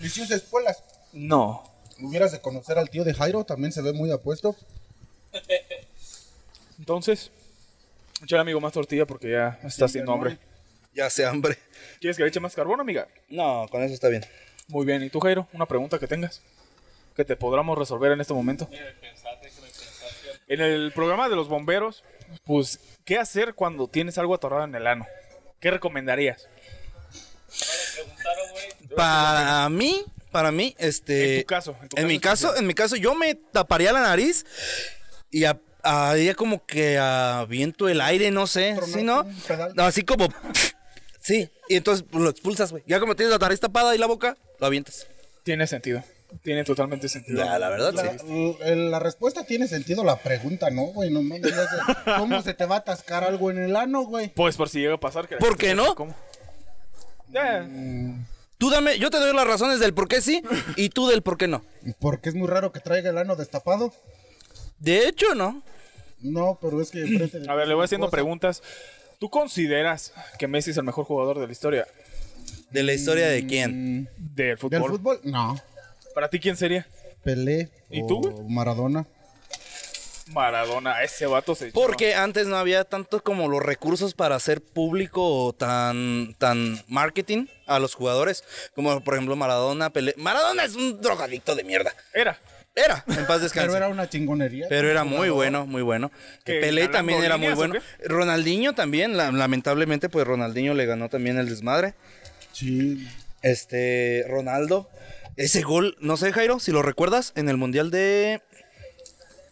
Speaker 3: Y si usa espuelas.
Speaker 5: No.
Speaker 3: Hubieras de conocer al tío de Jairo, también se ve muy apuesto.
Speaker 5: Entonces, echar amigo más tortilla porque ya está haciendo hambre.
Speaker 4: Ya sé, hambre.
Speaker 5: ¿Quieres que le eche más carbón, amiga?
Speaker 4: No, con eso está bien.
Speaker 5: Muy bien. ¿Y tú, Jairo? Una pregunta que tengas. Que te podamos resolver en este momento. En el programa de los bomberos, pues, ¿qué hacer cuando tienes algo atorado en el ano? ¿Qué recomendarías?
Speaker 4: Para mí, para mí, este.
Speaker 5: en tu caso. En, tu
Speaker 4: En mi caso,
Speaker 5: especial.
Speaker 4: en mi caso, yo me taparía la nariz y a- haría como que aviento el aire, no sé.
Speaker 3: Tronar
Speaker 4: ¿Sí, no?
Speaker 3: con un pedal.
Speaker 4: No, Así como. Sí, y entonces pues, lo expulsas, güey. Ya como tienes la nariz tapada y la boca, lo avientas.
Speaker 5: Tiene sentido. Tiene totalmente sentido.
Speaker 4: La, la verdad,
Speaker 3: La,
Speaker 4: sí.
Speaker 3: el- la respuesta tiene sentido, la pregunta, ¿no, güey? No mames, ya sé. ¿Cómo se te va a atascar algo en el ano, güey?
Speaker 5: Pues por si llega a pasar. Que la
Speaker 4: ¿Por
Speaker 5: gente
Speaker 4: qué
Speaker 5: sepa
Speaker 4: no?
Speaker 5: cómo. Ya,
Speaker 3: Mm,
Speaker 4: Tú dame, yo te doy las razones del por qué sí y tú del por qué no.
Speaker 3: Porque es muy raro que traiga el ano destapado.
Speaker 4: De hecho, no.
Speaker 3: No, pero es que enfrente de-
Speaker 5: A ver, le voy haciendo
Speaker 3: cosa.
Speaker 5: preguntas. ¿Tú consideras que Messi es el mejor jugador de la historia
Speaker 4: ¿De la historia de quién?
Speaker 5: del
Speaker 3: mm, ¿Del
Speaker 5: fútbol?
Speaker 3: fútbol? No.
Speaker 5: ¿Para ti quién sería?
Speaker 3: Pelé.
Speaker 5: ¿Y
Speaker 3: o
Speaker 5: tú, güey?
Speaker 3: Maradona.
Speaker 5: Maradona, ese vato se echó.
Speaker 4: Porque antes no había tanto como los recursos para hacer público o tan, tan marketing a los jugadores. Como por ejemplo Maradona, Pelé. Maradona es un drogadicto de mierda.
Speaker 5: Era.
Speaker 4: Era, en paz descanse.
Speaker 3: Pero era una chingonería.
Speaker 4: muy bueno, muy bueno.
Speaker 5: ¿Qué,
Speaker 4: Pelé
Speaker 5: ganando
Speaker 4: también era muy
Speaker 5: líneas,
Speaker 4: bueno.
Speaker 5: o
Speaker 4: Ronaldinho también, la- lamentablemente, pues Ronaldinho le ganó también el desmadre.
Speaker 3: Sí.
Speaker 4: Este, Ronaldo. Ese gol, no sé, Jairo, si lo recuerdas, en el mundial de.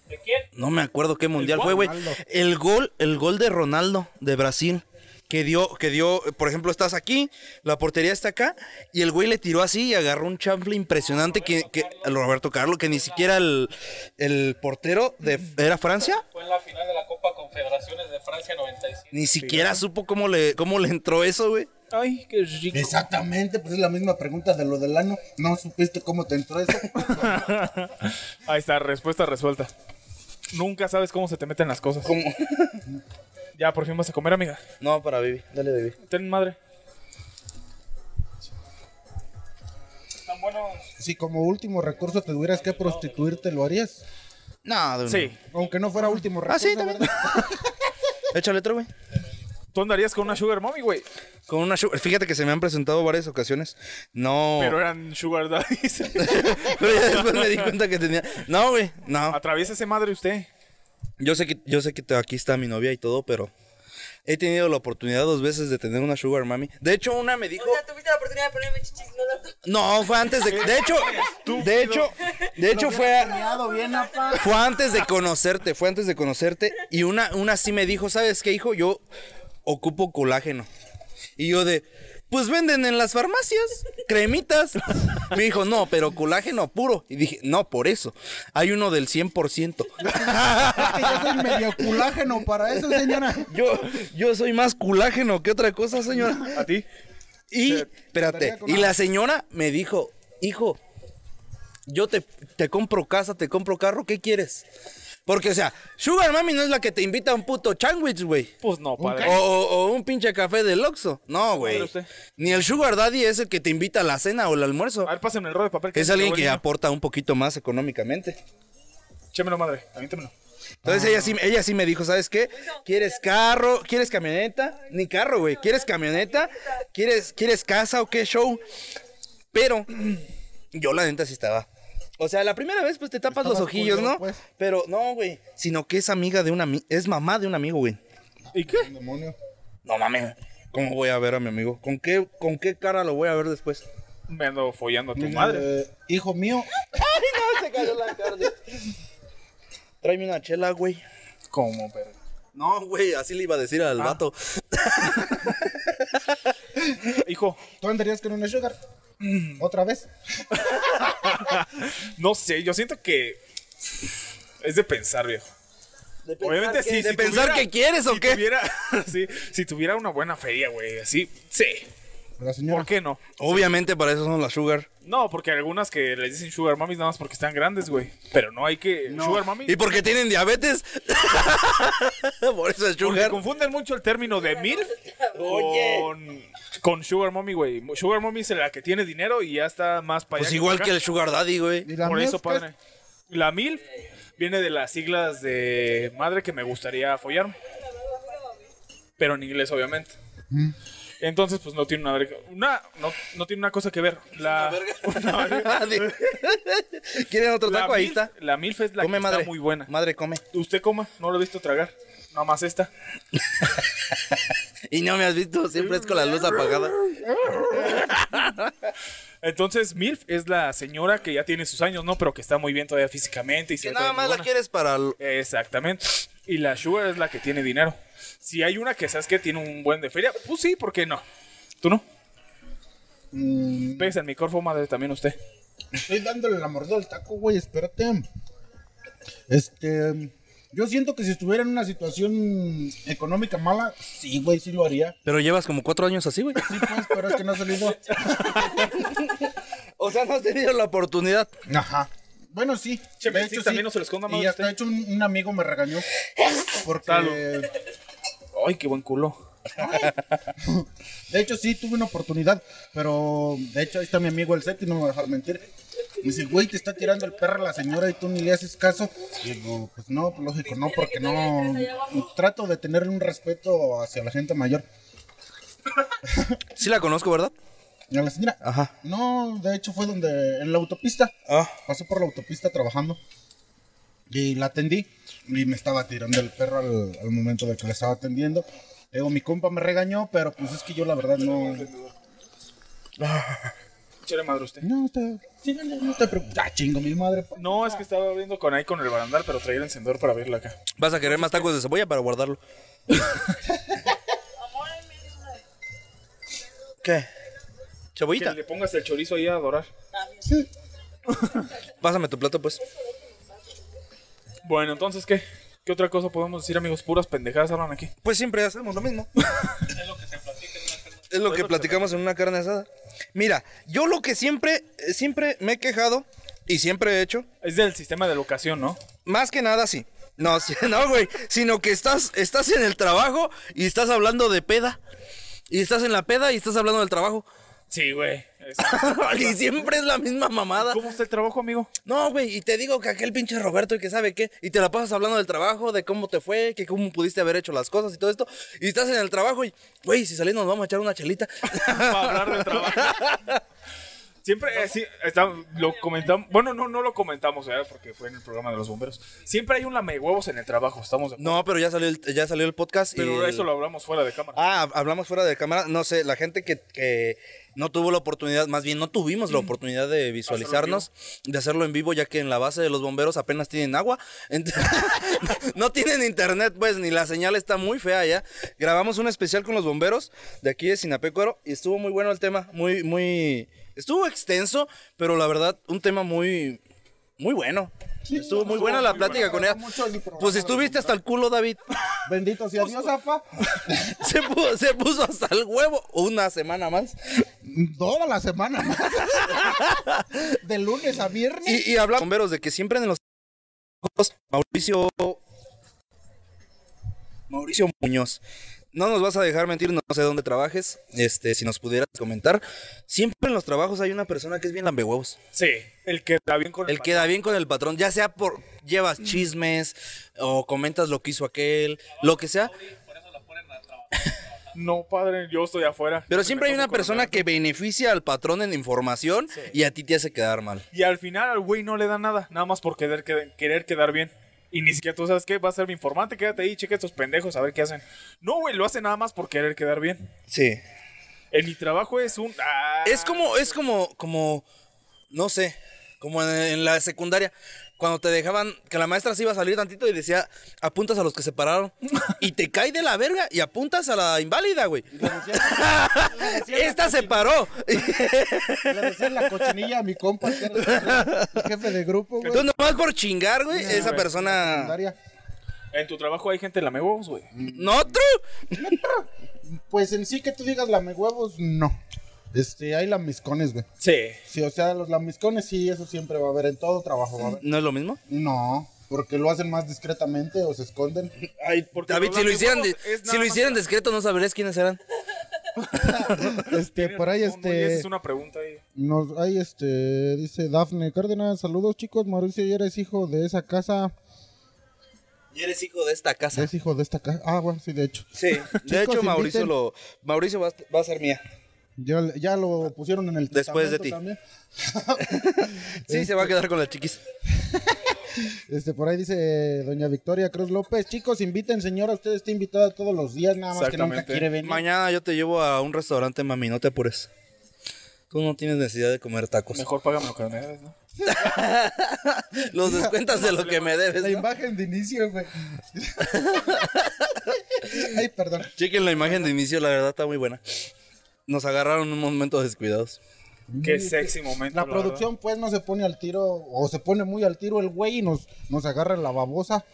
Speaker 7: ¿De quién?
Speaker 4: No me acuerdo qué mundial
Speaker 5: gol,
Speaker 4: fue, güey.
Speaker 3: Ronaldo.
Speaker 4: El gol, el gol de Ronaldo de Brasil. Que dio, que dio, por ejemplo, estás aquí, la portería está acá, y el güey le tiró así y agarró un chanfle impresionante que, que el Roberto Carlos, que ni siquiera el, el portero de era Francia,
Speaker 7: Fue en la final de la Copa Confederaciones de Francia 97.
Speaker 4: Ni siquiera supo cómo le, cómo le entró eso, güey.
Speaker 5: Ay, qué rico.
Speaker 3: Exactamente, pues es la misma pregunta de lo del ano. No supiste cómo te entró eso.
Speaker 5: Ahí está, respuesta resuelta. Nunca sabes cómo se te meten las cosas.
Speaker 4: ¿Cómo?
Speaker 5: Ya, por fin vas a comer, amiga.
Speaker 4: No, para Vivi. Dale, Vivi.
Speaker 5: Ten madre.
Speaker 7: Tan bueno.
Speaker 3: si como último recurso te tuvieras que prostituirte, ¿lo harías?
Speaker 4: No, de una.
Speaker 5: Sí.
Speaker 3: Aunque no fuera último recurso.
Speaker 4: Ah, sí, también.
Speaker 3: ¿verdad?
Speaker 4: Échale otro, güey.
Speaker 5: ¿Tú andarías con una sugar mommy, güey?
Speaker 4: Con una sugar. Fíjate que se me han presentado varias ocasiones. No.
Speaker 5: Pero eran sugar daddies.
Speaker 4: Pero ya después me di cuenta que tenía. No, güey. No.
Speaker 5: Atraviesa ese madre usted.
Speaker 4: Yo sé que, yo sé que te- aquí está mi novia y todo, pero he tenido la oportunidad dos veces de tener una sugar mami. De hecho, una me dijo.
Speaker 6: O sea, tuviste la oportunidad de ponerme chichis, no la tu-
Speaker 4: No, fue antes de. De hecho, de hecho, de hecho fue.
Speaker 3: Planeado bien, apa.
Speaker 4: Fue antes de conocerte, fue antes de conocerte. Y una, una sí me dijo, ¿sabes qué, hijo? Yo ocupo colágeno. Y yo de, pues venden en las farmacias cremitas. Me dijo, no, pero colágeno puro. Y dije, no, por eso. Hay uno del 100%.
Speaker 3: Que yo soy medio culágeno para eso, señora.
Speaker 4: Yo, yo soy más colágeno que otra cosa, señora.
Speaker 5: ¿A ti?
Speaker 4: Y,
Speaker 5: Se-
Speaker 4: espérate,
Speaker 3: con
Speaker 4: y
Speaker 3: la-
Speaker 4: la señora me dijo, hijo, yo te, te compro casa, te compro carro, ¿qué quieres? Porque, o sea, Sugar Mami no es la que te invita a un puto sandwich, güey.
Speaker 5: Pues no,
Speaker 4: O,
Speaker 5: padre.
Speaker 4: o- o un pinche café del Oxxo. No, güey.
Speaker 5: Pero usted-
Speaker 4: Ni el Sugar Daddy es el que te invita a la cena o el almuerzo.
Speaker 5: A ver, pásenme el rollo de papel.
Speaker 4: Es alguien que
Speaker 5: ya.
Speaker 4: aporta un poquito más económicamente.
Speaker 5: Chémelo, madre. Aviéntamelo.
Speaker 4: Entonces ella sí, ella sí Ah. me dijo, ¿sabes qué? ¿Quieres carro? ¿Quieres camioneta? Ni carro, güey. ¿Quieres camioneta? ¿Quieres, ¿Quieres casa o qué show? Pero yo la neta sí estaba. O sea, la primera vez pues te tapas los
Speaker 3: Estabas
Speaker 4: ojillos,
Speaker 3: culero,
Speaker 4: ¿no?
Speaker 3: pues.
Speaker 4: Pero no, güey. Sino que es amiga de una... ami- Es mamá de un amigo, güey.
Speaker 5: ¿Y qué?
Speaker 3: Demonio.
Speaker 4: No mames. ¿Cómo voy a ver a mi amigo? ¿Con qué, ¿Con qué cara lo voy a ver después?
Speaker 5: Me ando follando a tu
Speaker 3: Dile,
Speaker 5: madre.
Speaker 3: eh, hijo mío,
Speaker 4: Ah, Se cayó la cara. Tráeme una chela, güey.
Speaker 5: ¿Cómo, pero?
Speaker 4: No, güey, así le iba a decir al vato.
Speaker 5: Hijo,
Speaker 3: ¿tú andarías con una sugar?
Speaker 4: Mm.
Speaker 3: ¿Otra vez?
Speaker 5: no sé. Yo siento que. Es de pensar, viejo.
Speaker 4: De
Speaker 5: Obviamente sí.
Speaker 4: ¿De
Speaker 5: si
Speaker 4: pensar
Speaker 5: tuviera-
Speaker 4: que quieres o
Speaker 5: si
Speaker 4: qué?
Speaker 5: Tuviera, sí, si tuviera una buena feria, güey. Así. Sí.
Speaker 3: La señora.
Speaker 5: ¿Por qué no?
Speaker 4: Obviamente para eso son las sugar.
Speaker 5: No, porque algunas que les dicen sugar mummies nada más porque están grandes, güey. Pero no hay que... Sugar mummy...
Speaker 4: ¿Y porque tienen diabetes? Por eso es
Speaker 5: Porque
Speaker 4: sugar.
Speaker 5: confunden mucho el término de mil
Speaker 4: Oye.
Speaker 5: con, con sugar mommy, güey. Sugar mommy es la que tiene dinero y ya está más para
Speaker 4: Pues
Speaker 5: allá.
Speaker 4: igual
Speaker 5: para
Speaker 4: que pues.
Speaker 5: acá.
Speaker 4: el sugar daddy, güey.
Speaker 3: ¿Y la
Speaker 5: Por
Speaker 3: mía,
Speaker 5: eso,
Speaker 3: qué es?
Speaker 5: padre. La mil viene de las siglas de madre que me gustaría follarme. Pero en inglés, obviamente.
Speaker 3: Mm.
Speaker 5: Entonces, pues no tiene una verga- Una, no, no tiene una cosa que ver. La, una verga.
Speaker 4: ¿Quieren otro
Speaker 5: La
Speaker 4: taco? Ahí
Speaker 5: MILF-
Speaker 4: está.
Speaker 5: La MILF es la
Speaker 4: Come
Speaker 5: que
Speaker 4: madre.
Speaker 5: está muy buena.
Speaker 4: Madre, come.
Speaker 5: Usted coma, no lo he visto tragar. Nada más esta.
Speaker 4: Y no me has visto, siempre es con la luz apagada.
Speaker 5: Entonces, MILF es la señora que ya tiene sus años, ¿no? Pero que está muy bien todavía físicamente y se
Speaker 4: Que
Speaker 5: ve
Speaker 4: nada
Speaker 5: toda
Speaker 4: más la
Speaker 5: buena.
Speaker 4: quieres para... lo-
Speaker 5: Exactamente. Y la Sugar es la que tiene dinero. Si hay una que sabes que tiene un buen de feria, pues sí, ¿por qué no? ¿Tú no?
Speaker 3: Mm,
Speaker 5: Pesa en mi corfo, madre, también usted.
Speaker 3: estoy dándole la mordida al taco, güey, espérate. Este. Yo siento que si estuviera en una situación económica mala, sí, güey, sí lo haría.
Speaker 4: Pero llevas como cuatro años así, güey.
Speaker 3: Sí, pues, pero es que no ha salido.
Speaker 4: O sea, no has tenido la oportunidad.
Speaker 3: Ajá. Bueno, sí.
Speaker 5: Che,
Speaker 3: de
Speaker 5: sí, también no se lo esconda, madre,
Speaker 3: Y hasta
Speaker 5: usted.
Speaker 3: de hecho un, un amigo me regañó. Porque.
Speaker 5: Salud. Ay, qué buen culo.
Speaker 3: De hecho, sí, tuve una oportunidad, pero de hecho ahí está mi amigo el set y no me va a dejar mentir. Me dice, güey, te está tirando el perro a la señora y tú ni le haces caso. Y digo, pues no, pues lógico, no, porque no. Trato de tener un respeto hacia la gente mayor.
Speaker 4: Sí la conozco, ¿verdad?
Speaker 3: Y a la señora,
Speaker 4: Ajá.
Speaker 3: no, de hecho fue donde, en la autopista.
Speaker 4: Ah.
Speaker 3: Pasé por la autopista trabajando y la atendí y me estaba tirando el perro al, al momento de que la estaba atendiendo. Digo, mi compa me regañó, pero pues es que yo la verdad no.
Speaker 5: Chévere, madre, usted.
Speaker 3: No, te, sígale, no te preocupes. Ah, chingo, mi madre. pa.
Speaker 5: No, es que estaba viendo con ahí con el barandal, pero traía el encendedor para abrirla acá.
Speaker 4: ¿Vas a querer más tacos de cebolla para guardarlo?
Speaker 6: Amor, ay, me eres una de-
Speaker 4: ¿Qué?
Speaker 5: Que
Speaker 4: Cebollita,
Speaker 5: le pongas el chorizo ahí a dorar.
Speaker 3: Sí.
Speaker 4: pásame tu plato, pues.
Speaker 5: Bueno, entonces, ¿qué? ¿Qué otra cosa podemos decir, amigos? Puras pendejadas hablan aquí.
Speaker 4: Pues siempre hacemos lo mismo. es lo que platicamos en una carne asada. Mira, yo lo que siempre, eh, siempre me he quejado y siempre he hecho,
Speaker 5: Es del sistema de locación, ¿no?
Speaker 4: más que nada sí. No, sí, no, güey, sino que estás, estás en el trabajo y estás hablando de peda. Y estás en la peda y estás hablando del trabajo.
Speaker 5: Sí, güey.
Speaker 4: y siempre es la misma mamada.
Speaker 5: ¿Cómo está el trabajo, amigo?
Speaker 4: No, güey, y te digo que aquel pinche Roberto y que sabe qué, y te la pasas hablando del trabajo, de cómo te fue, que cómo pudiste haber hecho las cosas y todo esto, y estás en el trabajo y, güey, si salimos nos vamos a echar una chelita.
Speaker 5: Para hablar del trabajo. Siempre, eh, sí, está- lo comentamos, bueno, no, no lo comentamos, ¿verdad? porque fue en el programa de los bomberos. Siempre hay un lamehuevos en el trabajo, estamos de acuerdo.
Speaker 4: no, pero ya salió el, ya salió el podcast. y
Speaker 5: Pero
Speaker 4: el-
Speaker 5: eso lo hablamos fuera de cámara.
Speaker 4: Ah, hab- hablamos fuera de cámara. No sé, la gente que, que no tuvo la oportunidad, más bien no tuvimos la oportunidad de visualizarnos, de hacerlo en vivo, ya que en la base de los bomberos apenas tienen agua. Ent- no tienen internet, pues, ni la señal está muy fea ya. Grabamos un especial con los bomberos de aquí de Sinapecuaro y estuvo muy bueno el tema. Muy, muy. Estuvo extenso, pero la verdad, un tema muy. Muy bueno. estuvo muy buena la plática con ella.
Speaker 3: Mucho el programa
Speaker 4: Pues
Speaker 3: de
Speaker 4: estuviste
Speaker 3: los
Speaker 4: hasta el culo, David.
Speaker 3: Bendito sea Dios, apa.
Speaker 4: Se pu- se puso, hasta el huevo una semana más.
Speaker 3: Toda la semana. de lunes a viernes.
Speaker 4: Y, y hablamos con bomberos de que siempre en los Mauricio Mauricio Muñoz. No nos vas a dejar mentir, no sé dónde trabajes. Este, si nos pudieras comentar, siempre en los trabajos hay una persona que es bien lambehuevos.
Speaker 5: Sí, el que está bien con el,
Speaker 4: El queda bien con el patrón, ya sea por llevas chismes o comentas lo que hizo aquel, lo que sea,
Speaker 5: patrón. No, padre, yo estoy afuera.
Speaker 4: pero
Speaker 5: Me
Speaker 4: siempre hay
Speaker 5: tomo
Speaker 4: una
Speaker 5: con
Speaker 4: persona
Speaker 5: el-
Speaker 4: que beneficia al patrón en información y a ti te hace quedar mal.
Speaker 5: Y al final al güey no le da nada, nada más por querer, qued- querer quedar bien. Y ni siquiera tú sabes qué, va a ser mi informante, quédate ahí, checa estos pendejos a ver qué hacen. No, güey, lo hace nada más por querer quedar bien.
Speaker 4: Sí.
Speaker 5: En mi trabajo es un... ah,
Speaker 4: Es como, es como, como, no sé, como en, en la secundaria, cuando te dejaban, que la maestra se iba a salir tantito y decía, apuntas a los que se pararon, y te cae de la verga y apuntas a la inválida, güey.
Speaker 3: Le decía- le decía-
Speaker 4: Esta se paró.
Speaker 3: Le decía la cochinilla a mi compa, que era el jefe de grupo, güey.
Speaker 4: Entonces, nomás por chingar, güey, esa
Speaker 5: güey.
Speaker 4: persona...
Speaker 3: secundaria.
Speaker 5: En tu trabajo hay gente lame huevos, güey.
Speaker 4: ¿No, otro?
Speaker 3: Pues en sí que tú digas lamehuevos, no. Este, hay lamiscones, güey.
Speaker 5: Sí.
Speaker 3: Sí, o sea, los lamiscones sí, eso siempre va a haber en todo trabajo, va a haber.
Speaker 4: ¿No es lo mismo?
Speaker 3: No, porque lo hacen más discretamente o se esconden.
Speaker 5: Porque
Speaker 4: David,
Speaker 5: los
Speaker 4: si lo hicieran,
Speaker 5: lame huevos
Speaker 4: de-
Speaker 5: es nada
Speaker 4: si lo
Speaker 5: más-
Speaker 4: hicieran discreto, no sabrías quiénes eran.
Speaker 3: Este, por ahí
Speaker 5: No, no, y esa
Speaker 3: este
Speaker 5: es una pregunta ahí.
Speaker 3: nos ahí este dice Dafne Cárdenas, saludos chicos, Mauricio, ya eres hijo de esa casa,
Speaker 4: Y eres hijo de esta casa.
Speaker 3: es hijo de esta casa. Ah, bueno, sí, de hecho.
Speaker 4: Sí, de hecho,
Speaker 3: Chicos,
Speaker 4: Mauricio
Speaker 3: inviten.
Speaker 4: lo... Mauricio va a- va a ser mía.
Speaker 3: Ya, ya lo pusieron en el
Speaker 4: Después de
Speaker 3: testamento
Speaker 4: ti.
Speaker 3: también.
Speaker 4: Sí, se va a quedar con las chiquis.
Speaker 3: Este, por ahí dice eh, doña Victoria Cruz López, chicos, inviten, señora, usted está invitada todos los días, nada más que nunca
Speaker 5: Exactamente.
Speaker 3: quiere venir.
Speaker 4: Mañana yo te llevo a un restaurante, mami, no te apures. Tú no tienes necesidad de comer tacos.
Speaker 5: Mejor págame lo que me debes, ¿no?
Speaker 4: Los descuentas de lo que me debes.
Speaker 3: La
Speaker 4: ¿no?
Speaker 3: imagen de inicio, güey. Ay, perdón.
Speaker 4: Chequen la imagen de inicio, la verdad está muy buena. Nos agarraron un momento descuidados.
Speaker 5: Qué sexy momento.
Speaker 3: La
Speaker 5: verdad.
Speaker 3: producción, pues, no se pone al tiro, o se pone muy al tiro el güey y nos, nos agarra la babosa.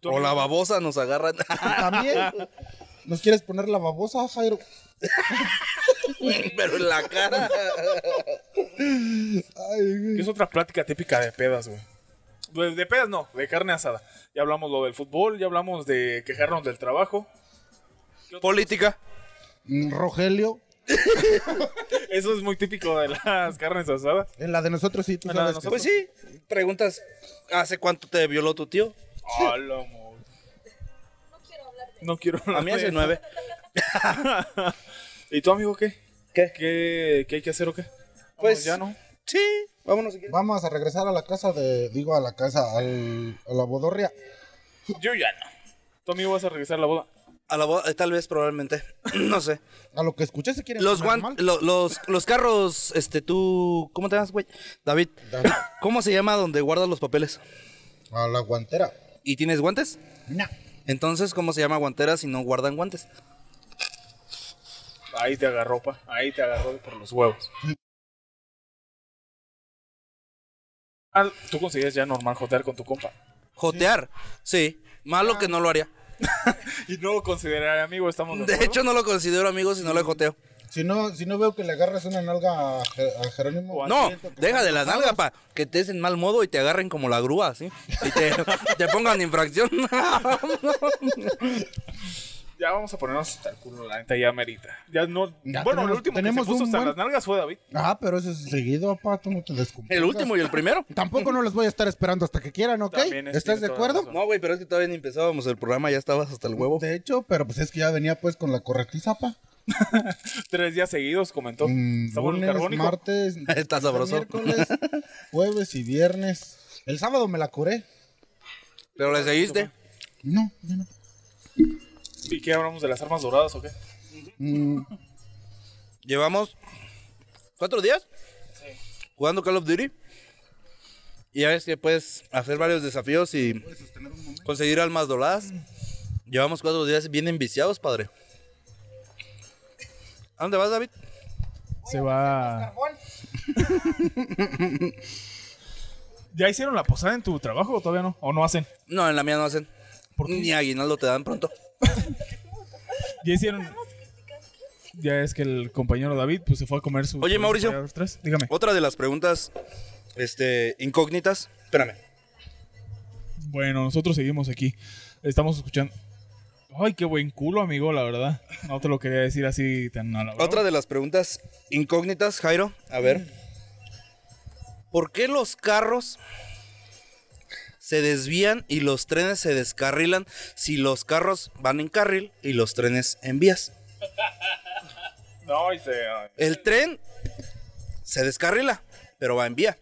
Speaker 5: Tú,
Speaker 4: O la babosa nos agarran.
Speaker 3: También. ¿Nos quieres poner la babosa, Jairo?
Speaker 4: Pero en la cara.
Speaker 3: Ay, güey.
Speaker 5: que es otra plática típica de pedas, güey. Pues, De, de pedas no, de carne asada. Ya hablamos lo del fútbol, ya hablamos de quejarnos del trabajo.
Speaker 4: Política.
Speaker 3: Mm, Rogelio,
Speaker 5: Eso es muy típico de las carnes asadas.
Speaker 3: en la de nosotros sí, tú
Speaker 5: En la de
Speaker 3: sabes. que-
Speaker 4: Pues
Speaker 5: nosotros.
Speaker 4: sí, preguntas, ¿hace cuánto te violó tu tío? Ah,
Speaker 5: Hola, amor. No quiero hablar
Speaker 4: A
Speaker 5: de
Speaker 4: mí hace
Speaker 5: eso.
Speaker 4: nueve.
Speaker 5: ¿Y tu amigo qué?
Speaker 4: ¿Qué?
Speaker 5: ¿Qué, qué hay que hacer o qué?
Speaker 4: Pues-
Speaker 5: Pues ya no.
Speaker 4: Sí, vámonos. si quieres.
Speaker 3: Vamos a regresar a la casa de, digo, a la casa, al- a la bodorria.
Speaker 5: Yo ya no. Tu amigo vas a regresar a la boda.
Speaker 4: A la boda, eh, tal vez, probablemente. No sé.
Speaker 3: A lo que escuché se quieren
Speaker 4: Los,
Speaker 3: poner
Speaker 4: guan- lo- los, los carros, este, tú... ¿Cómo te llamas, güey? David.
Speaker 3: mal.
Speaker 4: ¿Cómo se llama donde guardas los papeles?
Speaker 3: A la guantera.
Speaker 4: ¿Y tienes guantes?
Speaker 3: No.
Speaker 4: Entonces, ¿cómo se llama guantera si no guardan guantes?
Speaker 5: Ahí te agarró, pa. Ahí te agarró por los huevos. Ah, Tú conseguías ya normal jotear con tu compa.
Speaker 4: Jotear. Sí. Malo que no lo haría.
Speaker 5: Y no lo consideraré amigo, estamos de,
Speaker 4: De
Speaker 5: acuerdo?
Speaker 4: hecho, no lo considero amigo si no lo joteo.
Speaker 3: Si no, si no veo que le agarras una nalga a, Ge- a Jerónimo.
Speaker 5: O a-
Speaker 4: No,
Speaker 3: siento que-
Speaker 4: deja de la nalga, pa. Que te en mal modo y te agarren como la grúa, ¿sí? Y te, te pongan infracción.
Speaker 5: Ya vamos a ponernos hasta el culo, la neta ya merita. Ya no.
Speaker 3: Ya
Speaker 5: bueno,
Speaker 3: tenemos-
Speaker 5: el último que se
Speaker 3: tenemos
Speaker 5: puso
Speaker 3: un
Speaker 5: hasta
Speaker 3: buen-
Speaker 5: las nalgas fue David.
Speaker 3: Ah, pero eso es seguido, papá, tú no te descompongas.
Speaker 4: El último y el primero.
Speaker 3: Tampoco no los voy a estar esperando hasta que quieran, ¿ok?
Speaker 5: También es
Speaker 3: ¿Estás de
Speaker 5: cierto,
Speaker 3: acuerdo?
Speaker 5: razón.
Speaker 4: No, güey, pero es que todavía ni empezábamos el programa, ya estabas hasta el huevo.
Speaker 3: De hecho, pero pues es que ya venía pues con la corretiza, pa.
Speaker 5: Tres días seguidos comentó.
Speaker 3: Mm,
Speaker 5: Sabor
Speaker 3: lunes,
Speaker 5: carbónico.
Speaker 3: martes,
Speaker 4: Está sabroso.
Speaker 3: miércoles, jueves y viernes. El sábado me la curé.
Speaker 4: Pero le seguiste.
Speaker 3: No, ya no.
Speaker 5: ¿Y qué hablamos de las armas doradas o qué?
Speaker 3: Mm,
Speaker 4: Llevamos cuatro días jugando Call of Duty. Y ya ves que puedes hacer varios desafíos y conseguir almas doradas. Llevamos cuatro días bien enviciados, padre. ¿A dónde vas, David?
Speaker 8: Se va.
Speaker 5: ¿Ya hicieron la posada en tu trabajo o todavía no? ¿O no hacen?
Speaker 4: No, en la mía no hacen. Ni aguinaldo te dan pronto.
Speaker 5: Ya hicieron. Ya es que el compañero David pues, se fue a comer su.
Speaker 4: Oye, Mauricio.
Speaker 5: Ostras, Dígame.
Speaker 4: Otra de las preguntas este, incógnitas. Espérame.
Speaker 5: Bueno, nosotros seguimos aquí. Estamos escuchando. Ay, qué buen culo, amigo, la verdad. No te lo quería decir así tan a la brava.
Speaker 4: Otra de las preguntas incógnitas, Jairo. A ver.
Speaker 7: Mm.
Speaker 4: ¿Por qué los carros se desvían y los trenes se descarrilan si los carros van en carril y los trenes en vías?
Speaker 5: No, y se. ay.
Speaker 4: El tren se descarrila, pero va en vía.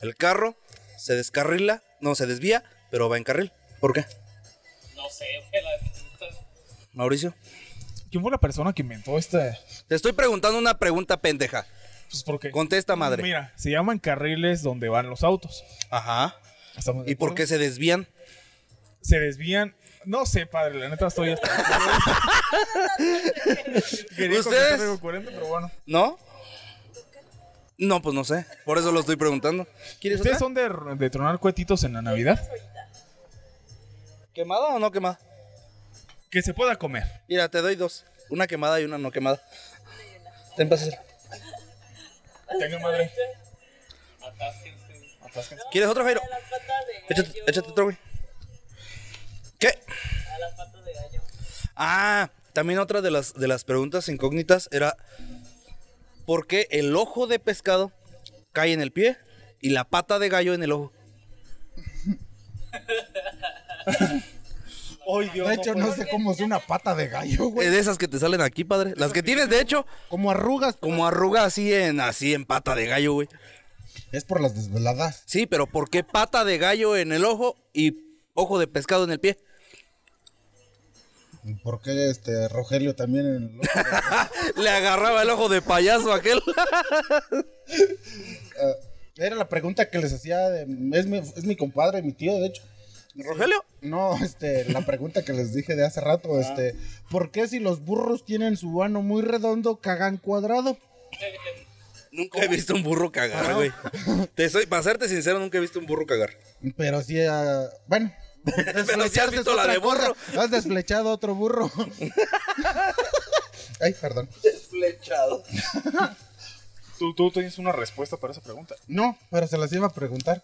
Speaker 4: El carro se descarrila, no se desvía, pero va en carril. ¿Por qué?
Speaker 7: No sé, güey, la neta.
Speaker 4: Mauricio.
Speaker 5: ¿Quién fue la persona que inventó este?
Speaker 4: Te estoy preguntando una pregunta pendeja.
Speaker 5: Pues porque.
Speaker 4: Contesta, madre.
Speaker 5: Mira, se llaman carriles donde van los autos.
Speaker 4: Ajá.
Speaker 5: Estamos de
Speaker 4: ¿Y por
Speaker 5: acuerdo.
Speaker 4: qué se desvían?
Speaker 5: Se desvían. No sé, padre, la neta estoy hasta. Quería contestar
Speaker 4: ¿Ustedes?
Speaker 5: algo coherente, pero bueno.
Speaker 4: ¿No? No, pues no sé. Por eso lo estoy preguntando. ¿Quieres
Speaker 5: ¿Ustedes
Speaker 4: otra?
Speaker 5: son de, de tronar cuetitos en la Navidad?
Speaker 4: ¿Quemada o no quemada?
Speaker 5: Que se pueda comer.
Speaker 4: Mira, te doy dos. Una quemada y una no quemada. Ten pasas.
Speaker 5: Tenga madre.
Speaker 7: Atásquense.
Speaker 4: ¿Quieres otro, Jairo?
Speaker 6: A las patas de gallo.
Speaker 4: Échate, échate otro, güey. ¿Qué?
Speaker 6: A las patas de gallo.
Speaker 4: Ah, también otra de las, de las preguntas incógnitas era ¿por qué el ojo de pescado cae en el pie y la pata de gallo en el ojo?
Speaker 5: Ay, Dios.
Speaker 3: de hecho, no sé cómo es una pata de gallo,
Speaker 4: Eh,
Speaker 3: güey.
Speaker 4: De esas que te salen aquí, padre. Las que tienes, de hecho,
Speaker 3: Como arrugas.
Speaker 4: como arruga así en, así en pata de gallo, güey.
Speaker 3: Es por las desveladas.
Speaker 4: Sí, pero ¿por qué pata de gallo en el ojo y ojo de pescado en el pie?
Speaker 3: ¿Y ¿Por qué este Rogelio también en el otro?
Speaker 4: Le agarraba el ojo de payaso a aquel.
Speaker 3: Ah, Era la pregunta que les hacía. de- es, mi, es mi compadre, mi tío, de hecho.
Speaker 4: ¿Rogelio?
Speaker 3: No, este, la pregunta que les dije de hace rato,
Speaker 4: Ah.
Speaker 3: este, ¿por qué si los burros tienen su ano muy redondo, cagan cuadrado?
Speaker 4: Nunca he visto un burro cagar, güey. Te soy, para serte sincero, nunca he visto un burro cagar.
Speaker 3: Pero sí, ah, bueno.
Speaker 4: Pero si has
Speaker 3: desflecharse es
Speaker 4: visto la
Speaker 3: otra
Speaker 4: de
Speaker 3: cosa.
Speaker 4: burro.
Speaker 3: Has desflechado a otro burro. Ay, perdón.
Speaker 4: Desflechado.
Speaker 5: Tú, tú tienes una respuesta para esa pregunta.
Speaker 3: No, pero se las iba a preguntar.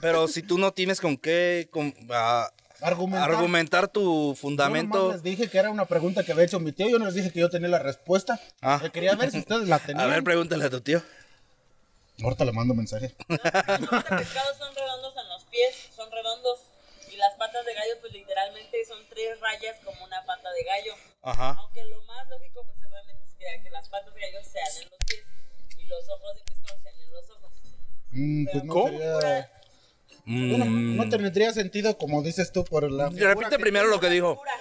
Speaker 4: Pero si tú no tienes con qué con- a-
Speaker 3: Argumentar.
Speaker 4: argumentar tu
Speaker 3: Yo nomás
Speaker 4: fundamento.
Speaker 3: les dije que era una pregunta que había hecho mi tío. Yo no les dije que yo tenía la respuesta.
Speaker 4: Ah.
Speaker 3: Eh, Quería ver si ustedes la
Speaker 4: A
Speaker 3: tenían.
Speaker 4: ver, pregúntale a tu tío.
Speaker 3: Ahorita le mando mensaje.
Speaker 6: Los pescados son redondos en los pies, son redondos. Y las patas de gallo, pues literalmente son tres rayas como una pata de gallo.
Speaker 4: Ajá.
Speaker 6: Aunque lo más lógico, pues realmente sería que las patas de gallo sean en los pies y los ojos de pescado sean en los ojos.
Speaker 3: Mm, pues no
Speaker 5: ¿Cómo?
Speaker 3: sería- Bueno,
Speaker 4: Mm.
Speaker 3: no tendría sentido como dices tú por la...
Speaker 4: Repite primero lo que dijo.
Speaker 6: Pura,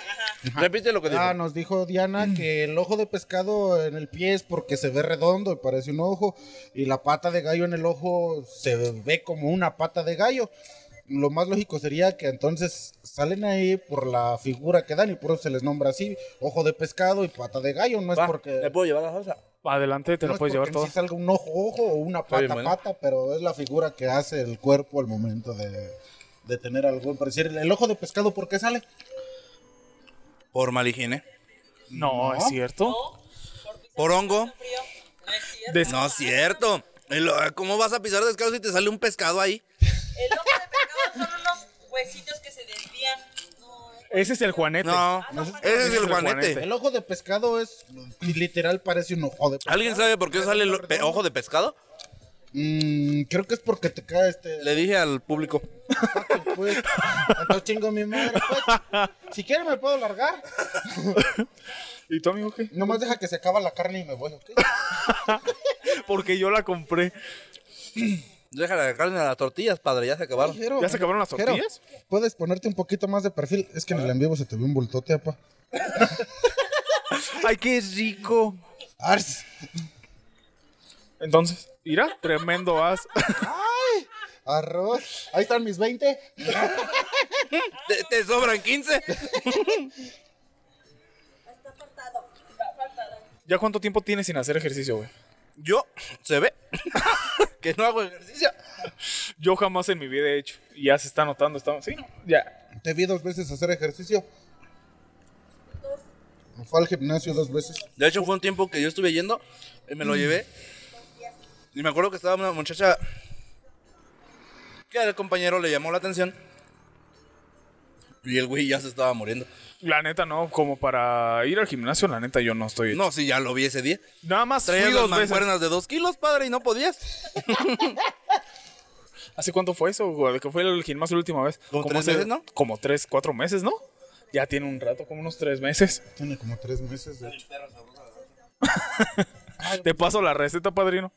Speaker 6: ajá.
Speaker 4: Repite lo que dijo.
Speaker 3: Ah, nos dijo Diana que el ojo de pescado en el pie es porque se ve redondo y parece un ojo, y la pata de gallo en el ojo se ve como una pata de gallo. Lo más lógico sería que entonces salen ahí por la figura que dan y por eso se les nombra así, ojo de pescado y pata de gallo, no es
Speaker 4: Va,
Speaker 3: porque
Speaker 4: ¿Le puedo llevar la salsa?
Speaker 5: Adelante, te
Speaker 3: no
Speaker 5: lo
Speaker 3: es porque
Speaker 5: puedes llevar
Speaker 3: en
Speaker 5: todo.
Speaker 3: sí salga un ojo ojo o una pata
Speaker 4: bien bueno.
Speaker 3: pata, pero es la figura que hace el cuerpo al momento de, de tener algo parecer. El ojo de pescado ¿por qué sale?
Speaker 4: Por maligine.
Speaker 5: No, es cierto.
Speaker 6: No, por pisar
Speaker 4: Por hongo.
Speaker 6: frío, no es cierto.
Speaker 5: Des-
Speaker 4: No es cierto. El- ¿Cómo vas a pisar descalzo si te sale un pescado ahí?
Speaker 6: El ojo de pescado son unos huesitos que se desvían. No,
Speaker 5: Ese es el Juanete.
Speaker 4: No,
Speaker 3: No,
Speaker 4: ese es el
Speaker 5: Juanete.
Speaker 4: guanete.
Speaker 3: El ojo de pescado es literal parece un ojo de pescado.
Speaker 4: ¿Alguien sabe por qué sale el pe- ojo de pescado?
Speaker 3: Mm, creo que es porque te cae este.
Speaker 4: Le dije al público.
Speaker 3: Pues, entonces chingo a mi madre, pues. Si quieres me puedo largar.
Speaker 5: ¿Y tú, amigo, qué?
Speaker 3: Nomás deja que se acaba la carne y me voy, ¿ok?
Speaker 5: Porque yo la compré.
Speaker 4: Déjale la carne a las tortillas, padre, ya se acabaron.
Speaker 3: Jero,
Speaker 5: ¿Ya se acabaron las
Speaker 3: Jero,
Speaker 5: tortillas?
Speaker 3: ¿Puedes ponerte un poquito más de perfil? Es que en el en vivo se te ve un bultote, apa.
Speaker 5: ¡Ay, qué rico!
Speaker 3: Ars.
Speaker 5: Entonces, mira, tremendo as.
Speaker 3: Arroz. Ahí están mis 20.
Speaker 4: ¿Te, te sobran 15?
Speaker 6: Está apartado. Está apartado.
Speaker 5: ¿Ya cuánto tiempo tienes sin hacer ejercicio, güey?
Speaker 4: Yo, se ve que no hago ejercicio.
Speaker 5: Yo jamás en mi vida he hecho. Y ya se está notando. Está... Sí, no, ya.
Speaker 3: Te vi dos veces hacer ejercicio. Me fue al gimnasio dos veces.
Speaker 4: De hecho, fue un tiempo que yo estuve yendo y me lo llevé. Y me acuerdo que estaba una muchacha que al compañero le llamó la atención. Y el güey ya se estaba muriendo.
Speaker 5: La neta, no. Como para ir al gimnasio, la neta, yo no estoy.
Speaker 4: No, sí, ya lo vi ese día.
Speaker 5: Nada más fui
Speaker 4: Traías las
Speaker 5: dos veces.
Speaker 4: mancuernas de dos kilos, padre, y no podías.
Speaker 5: ¿Hace cuánto fue eso? güey? ¿Que fue el gimnasio la última vez?
Speaker 4: Como tres
Speaker 5: hace-
Speaker 4: meses, ¿no?
Speaker 5: Como tres, cuatro meses, ¿no? Ya tiene un rato, como unos tres meses.
Speaker 3: Tiene como tres meses, de hecho.
Speaker 5: Te paso la receta, padrino.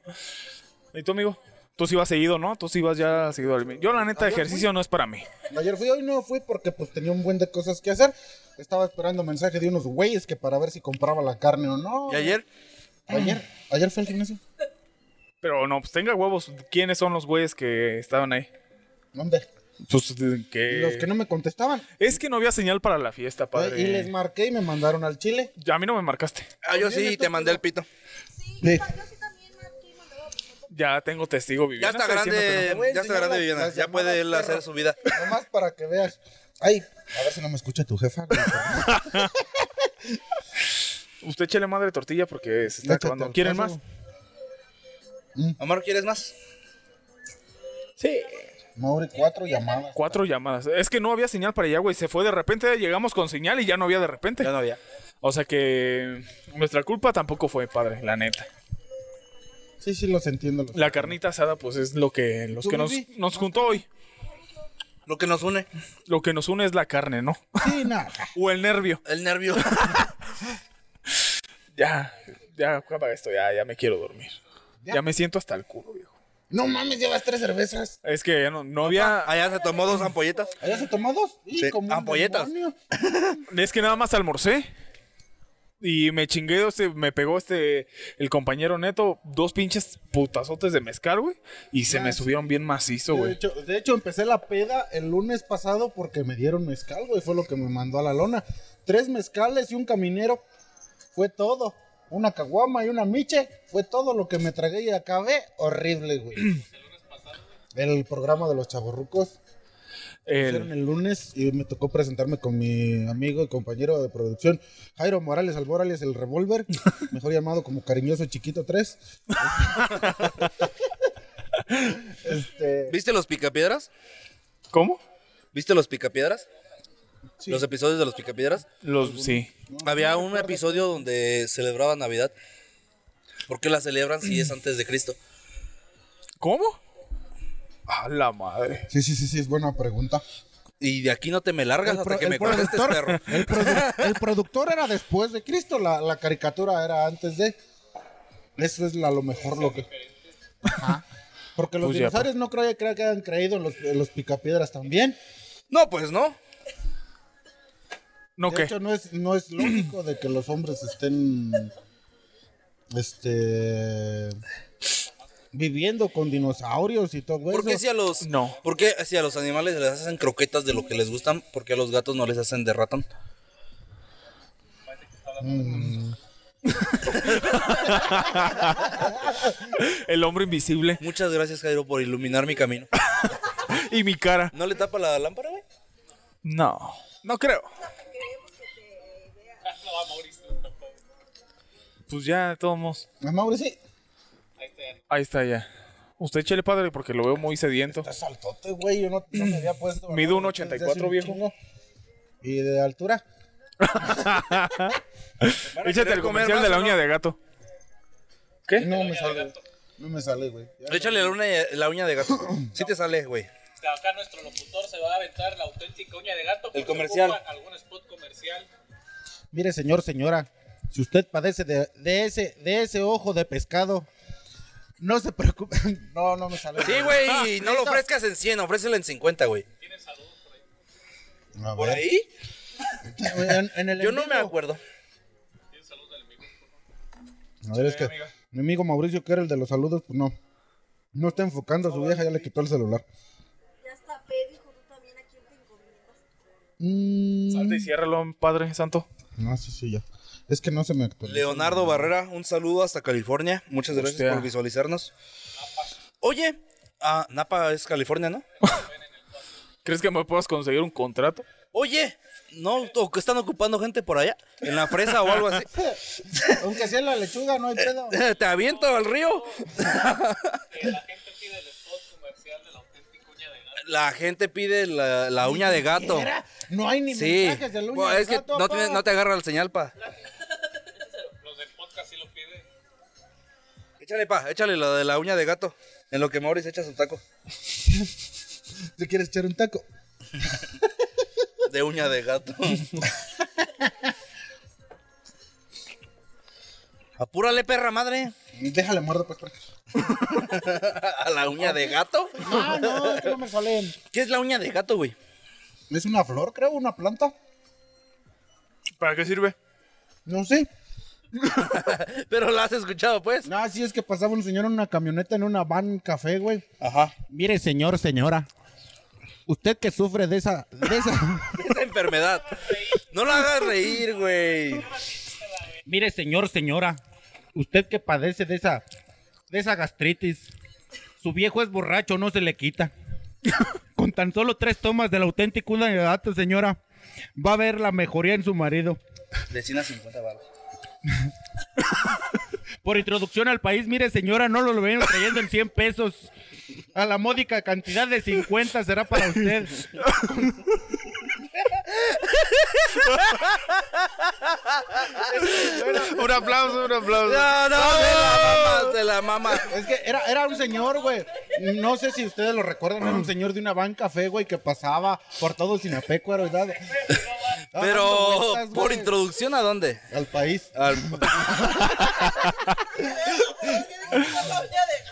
Speaker 5: ¿Y tú, amigo? Tú sí vas seguido, ¿no? Tú sí vas ya seguido al gym. Yo, la neta, ejercicio no es para mí.
Speaker 3: Ayer fui, hoy no fui porque pues tenía un buen de cosas que hacer. Estaba esperando mensaje de unos güeyes que para ver si compraba la carne o no.
Speaker 4: Y ayer,
Speaker 3: Ayer, ayer fue al gimnasio.
Speaker 5: Pero no, pues tenga huevos. ¿Quiénes son los güeyes que estaban ahí?
Speaker 3: ¿Dónde?
Speaker 5: Pues, de- que-
Speaker 3: Los que no me contestaban.
Speaker 5: Es que no había señal para la fiesta, padre.
Speaker 3: Y les marqué y me mandaron al chile.
Speaker 5: Ya a mí no me marcaste.
Speaker 4: ah,
Speaker 3: Pues
Speaker 4: yo sí te mandé el pito.
Speaker 3: Sí.
Speaker 5: Ya tengo testigo
Speaker 4: Ya
Speaker 5: viviendo.
Speaker 4: está grande, ya está grande Viviana. Ya puede él hacer su vida.
Speaker 3: Nomás para que veas. Ay, a ver si no me escucha tu jefa.
Speaker 5: Usted échale madre tortilla porque se está
Speaker 3: Échate
Speaker 5: acabando.
Speaker 3: al
Speaker 5: ¿Quieren
Speaker 3: caso.
Speaker 5: más?
Speaker 4: Amor, ¿quieres más?
Speaker 5: Sí.
Speaker 3: Mauri, cuatro llamadas.
Speaker 5: Cuatro llamadas. Es que no había señal para allá, güey. Se fue de repente, llegamos con señal y ya no había de repente.
Speaker 4: Ya no había.
Speaker 5: O sea que nuestra culpa tampoco fue, padre, la neta.
Speaker 3: Sí, sí, los entiendo. los
Speaker 5: La
Speaker 3: entiendo.
Speaker 5: carnita asada, pues es lo que los
Speaker 3: Yo
Speaker 5: que
Speaker 3: me
Speaker 5: nos,
Speaker 3: vi.
Speaker 5: nos juntó hoy.
Speaker 4: Lo que nos une,
Speaker 5: Lo que nos une es la carne, ¿no?
Speaker 3: Sí, nada.
Speaker 5: O el nervio.
Speaker 4: el nervio.
Speaker 5: Ya, ya, acaba esto, ya, ya me quiero dormir. Ya,
Speaker 3: Ya.
Speaker 5: me siento hasta el culo, viejo.
Speaker 3: No mames, llevas tres cervezas.
Speaker 5: Es que ya no, no había.
Speaker 4: Allá se tomó dos ampolletas.
Speaker 3: ¿Allá se tomó dos? Y
Speaker 4: Sí,
Speaker 5: Ah,
Speaker 3: como un
Speaker 4: ampolletas.
Speaker 3: demonio.
Speaker 5: Es que nada más almorcé. Y me chingué, este, me pegó este, el compañero neto, dos pinches putazotes de mezcal, güey. Y se me subieron bien macizo,
Speaker 3: De
Speaker 5: güey.
Speaker 3: hecho, de hecho, empecé la peda el lunes pasado porque me dieron mezcal, güey. Fue lo que me mandó a la lona. Tres mezcales y un caminero. Fue todo. Una caguama y una miche. Fue todo lo que me tragué y acabé. Horrible, güey. El programa de los chavorrucos. Hicieron
Speaker 5: El-
Speaker 3: el lunes y me tocó presentarme con mi amigo y compañero de producción, Jairo Morales Alborales, el revólver, mejor llamado como cariñoso chiquito 3. este,
Speaker 4: ¿Viste los picapiedras?
Speaker 5: ¿Cómo?
Speaker 4: ¿Viste los picapiedras?
Speaker 3: sí.
Speaker 4: Los episodios de los picapiedras.
Speaker 5: Los, sí.
Speaker 4: Había un episodio donde celebraba Navidad. ¿Por qué la celebran si es antes de Cristo?
Speaker 5: ¿Cómo? A la madre.
Speaker 3: Sí, sí, sí, sí, es buena pregunta.
Speaker 4: Y de aquí no te me largas
Speaker 3: El pro-
Speaker 4: hasta que
Speaker 3: el
Speaker 4: me contestes,
Speaker 3: productor.
Speaker 4: perro.
Speaker 3: El, produ- el productor era después de Cristo, la, la caricatura era antes de. Eso es la- lo mejor lo que. Ajá. Porque los
Speaker 5: Pues ya,
Speaker 3: dinosaurios no creo creo que hayan creído en los, en los picapiedras también.
Speaker 4: No, pues no.
Speaker 5: No,
Speaker 3: De
Speaker 5: ¿qué?
Speaker 3: hecho, no es, no es lógico de que los hombres estén. Este. Viviendo con dinosaurios y todo eso.
Speaker 4: ¿Por qué si a los,
Speaker 5: No.
Speaker 4: ¿por qué si a los animales les hacen croquetas de lo que les gustan? ¿Por qué a los gatos no les hacen de ratón?
Speaker 3: Mm,
Speaker 5: El hombre invisible
Speaker 4: Muchas gracias, Jairo, por iluminar mi camino.
Speaker 5: y mi cara.
Speaker 4: ¿No le tapa la lámpara, güey?
Speaker 5: No. No creo. Pues ya, de todos modos.
Speaker 3: a Eh, Mauri sí.
Speaker 5: Ahí está ya. Usted échele padre porque lo veo muy sediento.
Speaker 3: Te saltote, güey. Yo no, no me había puesto.
Speaker 5: Mido un
Speaker 3: ¿verdad? Desde hace
Speaker 5: 84, viejo.
Speaker 3: chingo. y de altura.
Speaker 5: Échate el
Speaker 4: querer comer
Speaker 5: comercial
Speaker 4: más
Speaker 5: de
Speaker 4: o
Speaker 5: la
Speaker 4: no?
Speaker 5: uña de gato.
Speaker 4: ¿Eh?
Speaker 5: ¿Qué?
Speaker 3: No me sale. No me sale, güey. Ya-
Speaker 4: Échale la uña, la uña de gato. Sí te sale, güey.
Speaker 7: Este, Acá nuestro locutor se va a aventar la auténtica uña de gato.
Speaker 4: El
Speaker 7: porque
Speaker 4: comercial.
Speaker 7: ocupa Algún spot comercial.
Speaker 3: Mire, señor, señora, si usted padece de, de ese, de ese ojo de pescado, no se preocupe. No, no me sale.
Speaker 4: Sí, güey, no lo ofrezcas en 100, ofrécelo en 50, güey.
Speaker 3: A
Speaker 4: ¿Por
Speaker 3: ver,
Speaker 4: ahí?
Speaker 3: en- en el
Speaker 4: Yo
Speaker 3: en
Speaker 4: no me
Speaker 3: vivo.
Speaker 4: acuerdo.
Speaker 3: A ver, es que mi amigo Mauricio, que era el de los saludos, pues no. No está enfocando a su vieja, ya le quitó el celular.
Speaker 6: Ya está, Pedro, dijo tú también a quién te encomiendas.
Speaker 3: Mm,
Speaker 5: Salte y ciérralo, padre santo.
Speaker 3: No, sí, sí, ya. Es que no se me actualizó.
Speaker 4: Leonardo Barrera, un saludo hasta California. Muchas gracias
Speaker 5: Hostia.
Speaker 4: por visualizarnos. Oye, ah, Napa es California, ¿no?
Speaker 5: ¿Crees que me puedas conseguir un contrato?
Speaker 4: Oye, ¿no o que están ocupando gente por allá? ¿En la fresa o algo así?
Speaker 3: Aunque sea la lechuga, no hay pedo.
Speaker 4: ¿Te aviento al río? La gente pide la, la uña de gato.
Speaker 3: No hay ni
Speaker 4: Sí.
Speaker 3: mensajes de
Speaker 4: Bueno,
Speaker 3: luña.
Speaker 4: es que no, tiene- no te agarra el señal, pa.
Speaker 7: Los del podcast sí lo piden.
Speaker 4: Échale, pa, échale la de la uña de gato. En lo que Maurice echa su taco.
Speaker 3: ¿Te quieres echar un taco?
Speaker 4: De uña de gato. Apúrale, perra madre.
Speaker 3: Déjale muerto, pues. porque-
Speaker 4: A la uña de gato.
Speaker 3: Ah, no, es que no me salen.
Speaker 4: ¿Qué es la uña de gato, güey?
Speaker 3: Es una flor, creo, una planta.
Speaker 5: ¿Para qué sirve?
Speaker 3: No sé.
Speaker 4: Pero la has escuchado, pues.
Speaker 3: No, sí es que pasaba un señor en una camioneta en una van café, güey.
Speaker 4: Ajá.
Speaker 3: Mire, señor, señora. Usted que sufre de esa. De esa...
Speaker 4: Esa enfermedad. No la hagas reír, güey.
Speaker 3: Mire, señor, señora, usted que padece de esa, de esa gastritis, su viejo es borracho, no se le quita. Con tan solo tres tomas de la auténtica una de datos, señora, va a ver la mejoría en su marido.
Speaker 4: Vecina 50 baros.
Speaker 3: Por introducción al país, mire, señora, no lo ven trayendo en 100 pesos. A la módica cantidad de 50 será para usted.
Speaker 5: Un aplauso, un aplauso.
Speaker 4: No, no, se la mama, se la mama.
Speaker 3: Es que era, era un señor, güey. No sé si ustedes lo recuerdan, era un señor de una banca fe, güey, que pasaba por todo Sinapecuaro, ¿verdad? Estaba dando
Speaker 4: Pero,
Speaker 3: vueltas,
Speaker 4: ¿por
Speaker 3: güey,
Speaker 4: introducción a dónde?
Speaker 3: Al país.
Speaker 4: Al-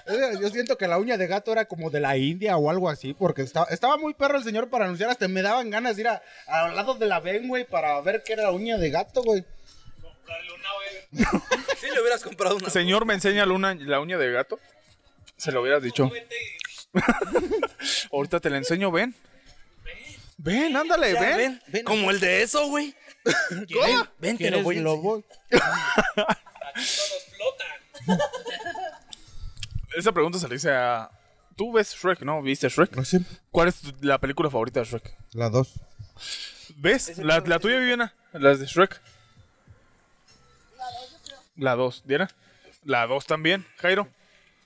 Speaker 3: Eh, Yo siento que la uña de gato era como de la India o algo así, porque estaba, estaba muy perro el señor para anunciar, hasta me daban ganas de ir a- al lado de la Ben, güey, para ver qué era la uña de gato, güey.
Speaker 4: Si le hubieras comprado una.
Speaker 5: Señor, ¿me enseña la, una- la uña de gato? Se lo hubieras dicho. Ahorita te la enseño, ven. Ven, ándale,
Speaker 4: Ya,
Speaker 5: ven.
Speaker 4: ven, Como el de eso, güey. Ven, ven, te lo
Speaker 3: ¿Quieres
Speaker 4: voy a
Speaker 3: lobo?
Speaker 5: Esa pregunta se le hice a... ¿Tú ves Shrek, no? ¿Viste Shrek?
Speaker 3: No sé.
Speaker 5: ¿Cuál es tu- la película favorita de Shrek?
Speaker 3: La dos.
Speaker 5: ¿Ves? La, la tuya, Viviana. Las de Shrek. La 2, ¿diera? La 2 también, Jairo.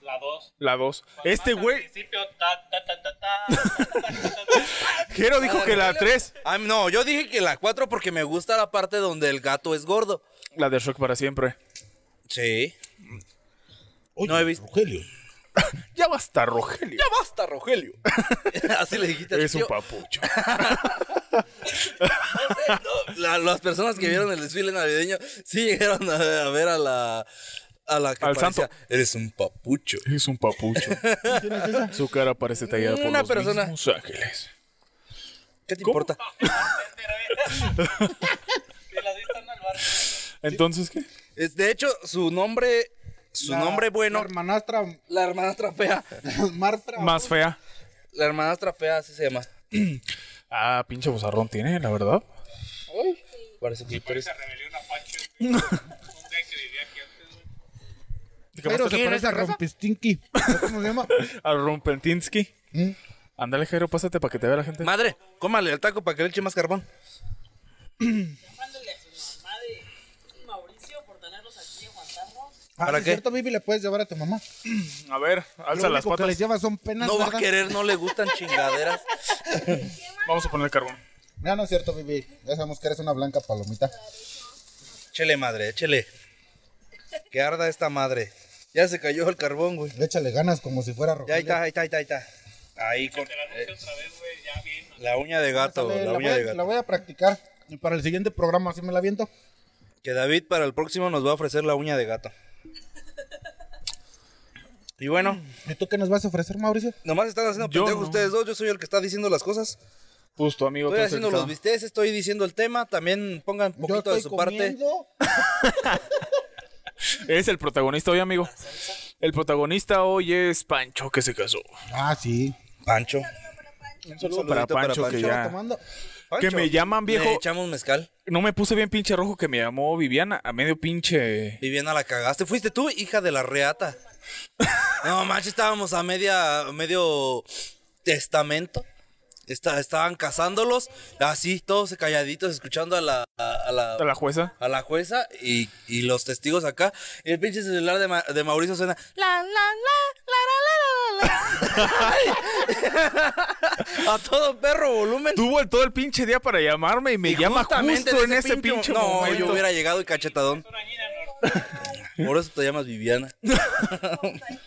Speaker 7: La 2.
Speaker 5: La 2. Este güey,
Speaker 7: principio, ta, ta, ta, ta, ta.
Speaker 5: Jairo dijo que la 3.
Speaker 4: Ah, no, yo dije que la 4 porque me gusta la parte donde el gato es gordo.
Speaker 5: La de Shrek para siempre.
Speaker 4: Sí.
Speaker 9: Oye,
Speaker 4: No he visto.
Speaker 9: Rogelio.
Speaker 5: Ya basta, Rogelio.
Speaker 4: Ya basta, Rogelio. Así le dijiste a tu
Speaker 5: Es un
Speaker 4: tío.
Speaker 5: papucho.
Speaker 4: No, la- las personas que vieron el desfile navideño sí llegaron a, a ver a la. A la que
Speaker 5: Al
Speaker 4: parecía,
Speaker 5: santo.
Speaker 4: Eres un papucho.
Speaker 5: Es un papucho. Su cara parece tallada por
Speaker 4: Una
Speaker 5: los
Speaker 4: persona.
Speaker 5: mismos ángeles.
Speaker 4: ¿Qué te
Speaker 5: ¿Cómo?
Speaker 4: importa?
Speaker 7: Y las vistas en el barrio.
Speaker 5: Entonces, ¿qué?
Speaker 4: Es- de hecho, su nombre. Su nombre bueno.
Speaker 3: La hermanastra.
Speaker 4: La hermanastra fea.
Speaker 3: Martra.
Speaker 5: Más fea.
Speaker 4: La hermanastra fea, así se llama.
Speaker 5: Ah, pinche bozarrón tiene, la verdad.
Speaker 4: Parece que
Speaker 3: Pero se parece a Rompistinky. ¿Cómo se llama?
Speaker 5: A Rompentinsky. Ándale, Jairo, pásate para que te vea la gente.
Speaker 4: Madre, cómale el taco para que le eche más carbón.
Speaker 6: Mándale a su mamá de Mauricio por tenerlos aquí y aguantarnos.
Speaker 3: Ah,
Speaker 4: ¿Para
Speaker 3: sí,
Speaker 4: qué?
Speaker 3: cierto, Vivi, le puedes llevar a tu mamá.
Speaker 5: A ver, alza
Speaker 3: Lo
Speaker 5: las
Speaker 3: único que
Speaker 5: patas.
Speaker 3: les lleva son penas,
Speaker 4: No va a
Speaker 3: ¿verdad?
Speaker 4: querer, no le gustan chingaderas.
Speaker 5: Vamos a poner carbón.
Speaker 3: No, no es cierto, baby. Ya sabemos que eres una blanca palomita.
Speaker 4: Échele, madre, échele. Que arda esta madre. Ya se cayó el carbón, güey.
Speaker 3: Échale ganas como si fuera
Speaker 4: Ya ahí está, ahí está, ahí está, ahí está. Ahí con... eh, La uña de gato,
Speaker 3: Sale,
Speaker 4: la
Speaker 3: la, voy
Speaker 4: uña
Speaker 3: a,
Speaker 4: de gato.
Speaker 3: la voy a practicar. Y para el siguiente programa, así me la viento.
Speaker 4: Que David para el próximo nos va a ofrecer la uña de gato. Y bueno,
Speaker 3: ¿Y tú qué nos vas a ofrecer, Mauricio?
Speaker 4: nomás están haciendo
Speaker 5: Yo
Speaker 4: pendejos
Speaker 5: no.
Speaker 4: ustedes dos, yo soy el que está diciendo las cosas.
Speaker 5: Justo, amigo.
Speaker 4: Estoy
Speaker 5: tú eres el
Speaker 4: haciendo
Speaker 5: que
Speaker 4: los
Speaker 5: está-
Speaker 4: bistecs, estoy diciendo el tema, también pongan un poquito
Speaker 3: Yo
Speaker 4: de
Speaker 3: estoy
Speaker 4: su parte.
Speaker 3: comiendo.
Speaker 5: Eres el protagonista hoy, amigo. El protagonista hoy es Pancho, que se casó.
Speaker 3: Ah, sí.
Speaker 4: Pancho.
Speaker 5: Un
Speaker 4: saludo
Speaker 5: saludo para
Speaker 4: para
Speaker 5: Pancho, que
Speaker 4: Pancho.
Speaker 5: ya-
Speaker 3: tomando?
Speaker 5: Que me llaman, viejo.
Speaker 4: Le echamos mezcal.
Speaker 5: No me puse bien pinche rojo que me llamó Viviana a medio pinche...
Speaker 4: Viviana la cagaste. Fuiste tú, hija de la reata. No manches, estábamos a media, a medio testamento. Está- estaban casándolos, así, todos calladitos, escuchando a la, a, a
Speaker 5: A
Speaker 4: la,
Speaker 5: la jueza.
Speaker 4: a la jueza y, y los testigos acá. Y el pinche celular de, Ma- de Mauricio suena. La, la, la, la, la, la, la, la". a todo perro volumen.
Speaker 5: Tuvo el- todo el pinche día para llamarme y me llama
Speaker 4: Justamente
Speaker 5: justo en ese pinche,
Speaker 4: No,
Speaker 5: momento.
Speaker 4: yo hubiera llegado y cachetadón. Por eso te llamas Viviana.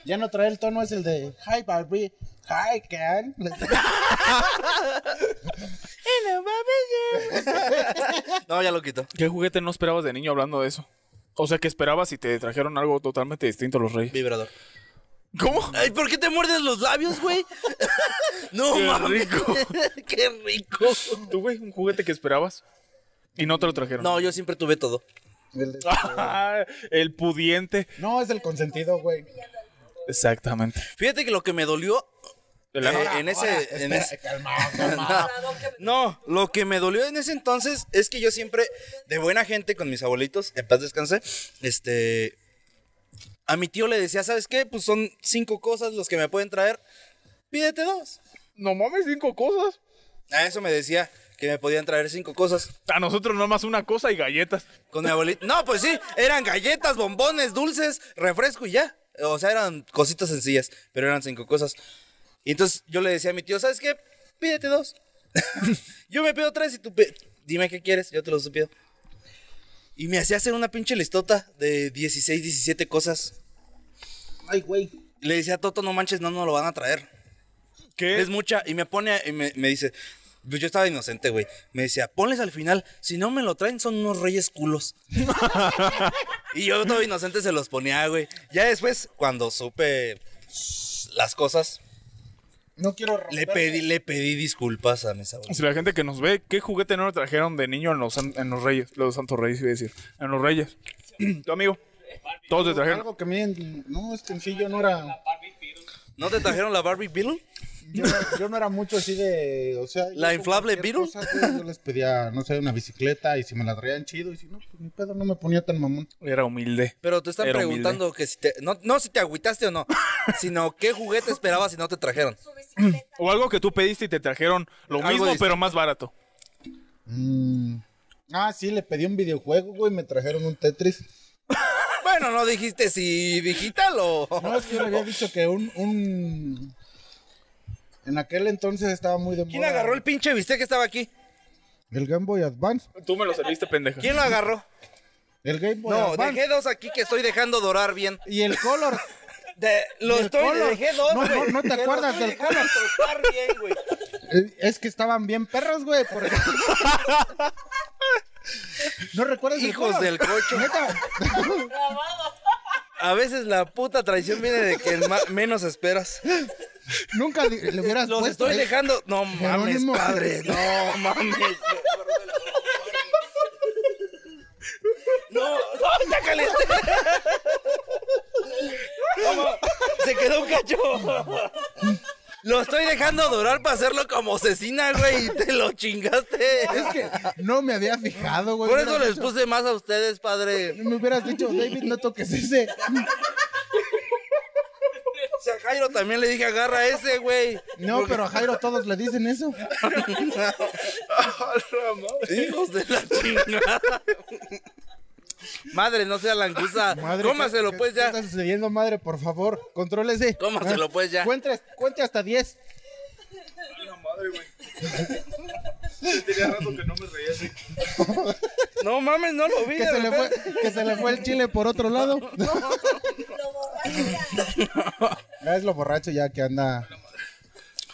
Speaker 3: Ya no trae el tono, es el de Hi Barbie, Hi Ken.
Speaker 4: No, ya lo quito.
Speaker 5: ¿Qué juguete no esperabas de niño hablando de eso? O sea, que esperabas si te trajeron algo totalmente distinto a los reyes.
Speaker 4: Vibrador.
Speaker 5: ¿Cómo?
Speaker 4: Ay, ¿por qué te muerdes los labios, güey? No
Speaker 5: Qué
Speaker 4: mames.
Speaker 5: rico.
Speaker 4: qué rico.
Speaker 5: ¿Tú, güey, un juguete que esperabas? Y no te lo trajeron.
Speaker 4: No, yo siempre tuve todo.
Speaker 3: El de-
Speaker 5: Ah, el pudiente.
Speaker 3: No, es el consentido, güey.
Speaker 5: Exactamente.
Speaker 4: Fíjate que lo que me dolió
Speaker 5: El ano.
Speaker 4: eh, en ese. en ese-
Speaker 3: Calma, calma.
Speaker 4: No, lo que me dolió en ese entonces es que yo siempre, de buena gente con mis abuelitos, en paz descanse, este. A mi tío le decía, ¿sabes qué? Pues son cinco cosas los que me pueden traer. Pídete dos.
Speaker 5: No mames, cinco cosas.
Speaker 4: A eso me decía que me podían traer cinco cosas.
Speaker 5: A nosotros nomás una cosa y galletas.
Speaker 4: Con mi abuelita. No, pues sí, eran galletas, bombones, dulces, refresco y ya. O sea, eran cositas sencillas, pero eran cinco cosas. Y entonces yo le decía a mi tío, ¿sabes qué? Pídete dos. yo me pido tres y tú pe- dime qué quieres, yo te los pido. Y me hacía hacer una pinche listota de 16, 17 cosas.
Speaker 3: Ay, güey.
Speaker 4: Y le decía a Toto, no manches, no nos lo van a traer.
Speaker 5: ¿Qué?
Speaker 4: Es mucha. Y me pone, a- y me, me dice, pues yo estaba inocente, güey. Me decía, ponles al final, si no me lo traen son unos reyes culos. y yo todo inocente se los ponía, güey. Ya después, cuando supe las cosas,
Speaker 3: No quiero romper.
Speaker 4: le pedí, le pedí disculpas a mis abuelos.
Speaker 5: Si la gente que nos ve, ¿qué juguete no le trajeron de niño en los, san- en los reyes? Los santos reyes, iba a decir. En los reyes. Tu amigo. Todos te trajeron.
Speaker 3: Algo que miren, no, es que en sí yo no era,
Speaker 4: ¿No te trajeron la Barbie Beetle?
Speaker 3: yo, yo no era mucho así de, o sea... yo
Speaker 4: ¿La
Speaker 3: con
Speaker 4: inflable
Speaker 3: cualquier
Speaker 4: Beetle?
Speaker 3: cosa, güey, yo les pedía, no sé, una bicicleta y si me la traían chido y si no, pues mi pedo no me ponía tan mamón.
Speaker 5: Era humilde.
Speaker 4: Pero te están
Speaker 5: Era humilde.
Speaker 4: preguntando que si te. No, no si te agüitaste o no, sino qué juguete esperabas si no te trajeron.
Speaker 5: O algo que tú pediste y te trajeron lo
Speaker 4: Algo
Speaker 5: mismo,
Speaker 4: distinto.
Speaker 5: pero más barato.
Speaker 3: Mm. Ah, sí, le pedí un videojuego, güey, me trajeron un Tetris.
Speaker 4: Bueno, no dijiste si digital o.
Speaker 3: No, es que yo le había dicho que un, un... En aquel entonces estaba muy de moda.
Speaker 4: ¿Quién agarró el pinche bistec que estaba aquí?
Speaker 3: El Game Boy Advance.
Speaker 5: Tú me lo serviste, pendeja.
Speaker 4: ¿Quién lo agarró?
Speaker 3: El Game Boy
Speaker 4: No,
Speaker 3: Advance.
Speaker 4: dejé dos aquí que estoy dejando dorar bien.
Speaker 3: Y el Color.
Speaker 4: De- lo
Speaker 3: El
Speaker 4: estoy,
Speaker 3: Color.
Speaker 4: dejé dos,
Speaker 3: No,
Speaker 4: güey.
Speaker 3: no, no te
Speaker 4: Que lo
Speaker 3: acuerdas
Speaker 4: estoy
Speaker 3: del
Speaker 4: dejando tostar bien, güey.
Speaker 3: Eh, Es que estaban bien perros, güey. por- ¿No recuerdas el
Speaker 4: Hijos
Speaker 3: color?
Speaker 4: del cocho.
Speaker 3: Neta.
Speaker 4: A veces la puta traición viene de que ma- menos esperas.
Speaker 3: Nunca di- le hubieras
Speaker 4: Los
Speaker 3: puesto.
Speaker 4: estoy
Speaker 3: eh.
Speaker 4: dejando. No mames,
Speaker 3: Jerónimo.
Speaker 4: padre. No mames. No, no, sácale. Vamos, se quedó un cacho. Lo estoy dejando dorar para hacerlo como asesina, güey. Y te lo chingaste.
Speaker 3: Es que no me había fijado, güey.
Speaker 4: Por
Speaker 3: Me
Speaker 4: eso les
Speaker 3: hubieras
Speaker 4: puse más a ustedes, padre.
Speaker 3: dicho- Me hubieras dicho, David, no toques ese.
Speaker 4: O sea, a Jairo también le dije, agarra ese, güey.
Speaker 3: No, pero a Jairo todos le dicen eso.
Speaker 4: Hijos de la chingada. Madre, no sea langusa.
Speaker 3: Madre,
Speaker 4: Cómaselo,
Speaker 3: ¿qué-
Speaker 4: pues,
Speaker 3: qué
Speaker 4: ya.
Speaker 3: está sucediendo, madre? Por favor, contrólese.
Speaker 4: Cómaselo,
Speaker 3: Ah,
Speaker 4: pues, ya.
Speaker 3: Cuente, cuente hasta 10.
Speaker 5: madre, güey. Tenía rato que no me reía así.
Speaker 4: No mames, no lo vi.
Speaker 3: Que
Speaker 4: de
Speaker 3: se, le fue,
Speaker 4: repente.
Speaker 3: que se le fue el chile por otro lado.
Speaker 6: Lo borracha.
Speaker 3: Ya es lo borracho ya que anda.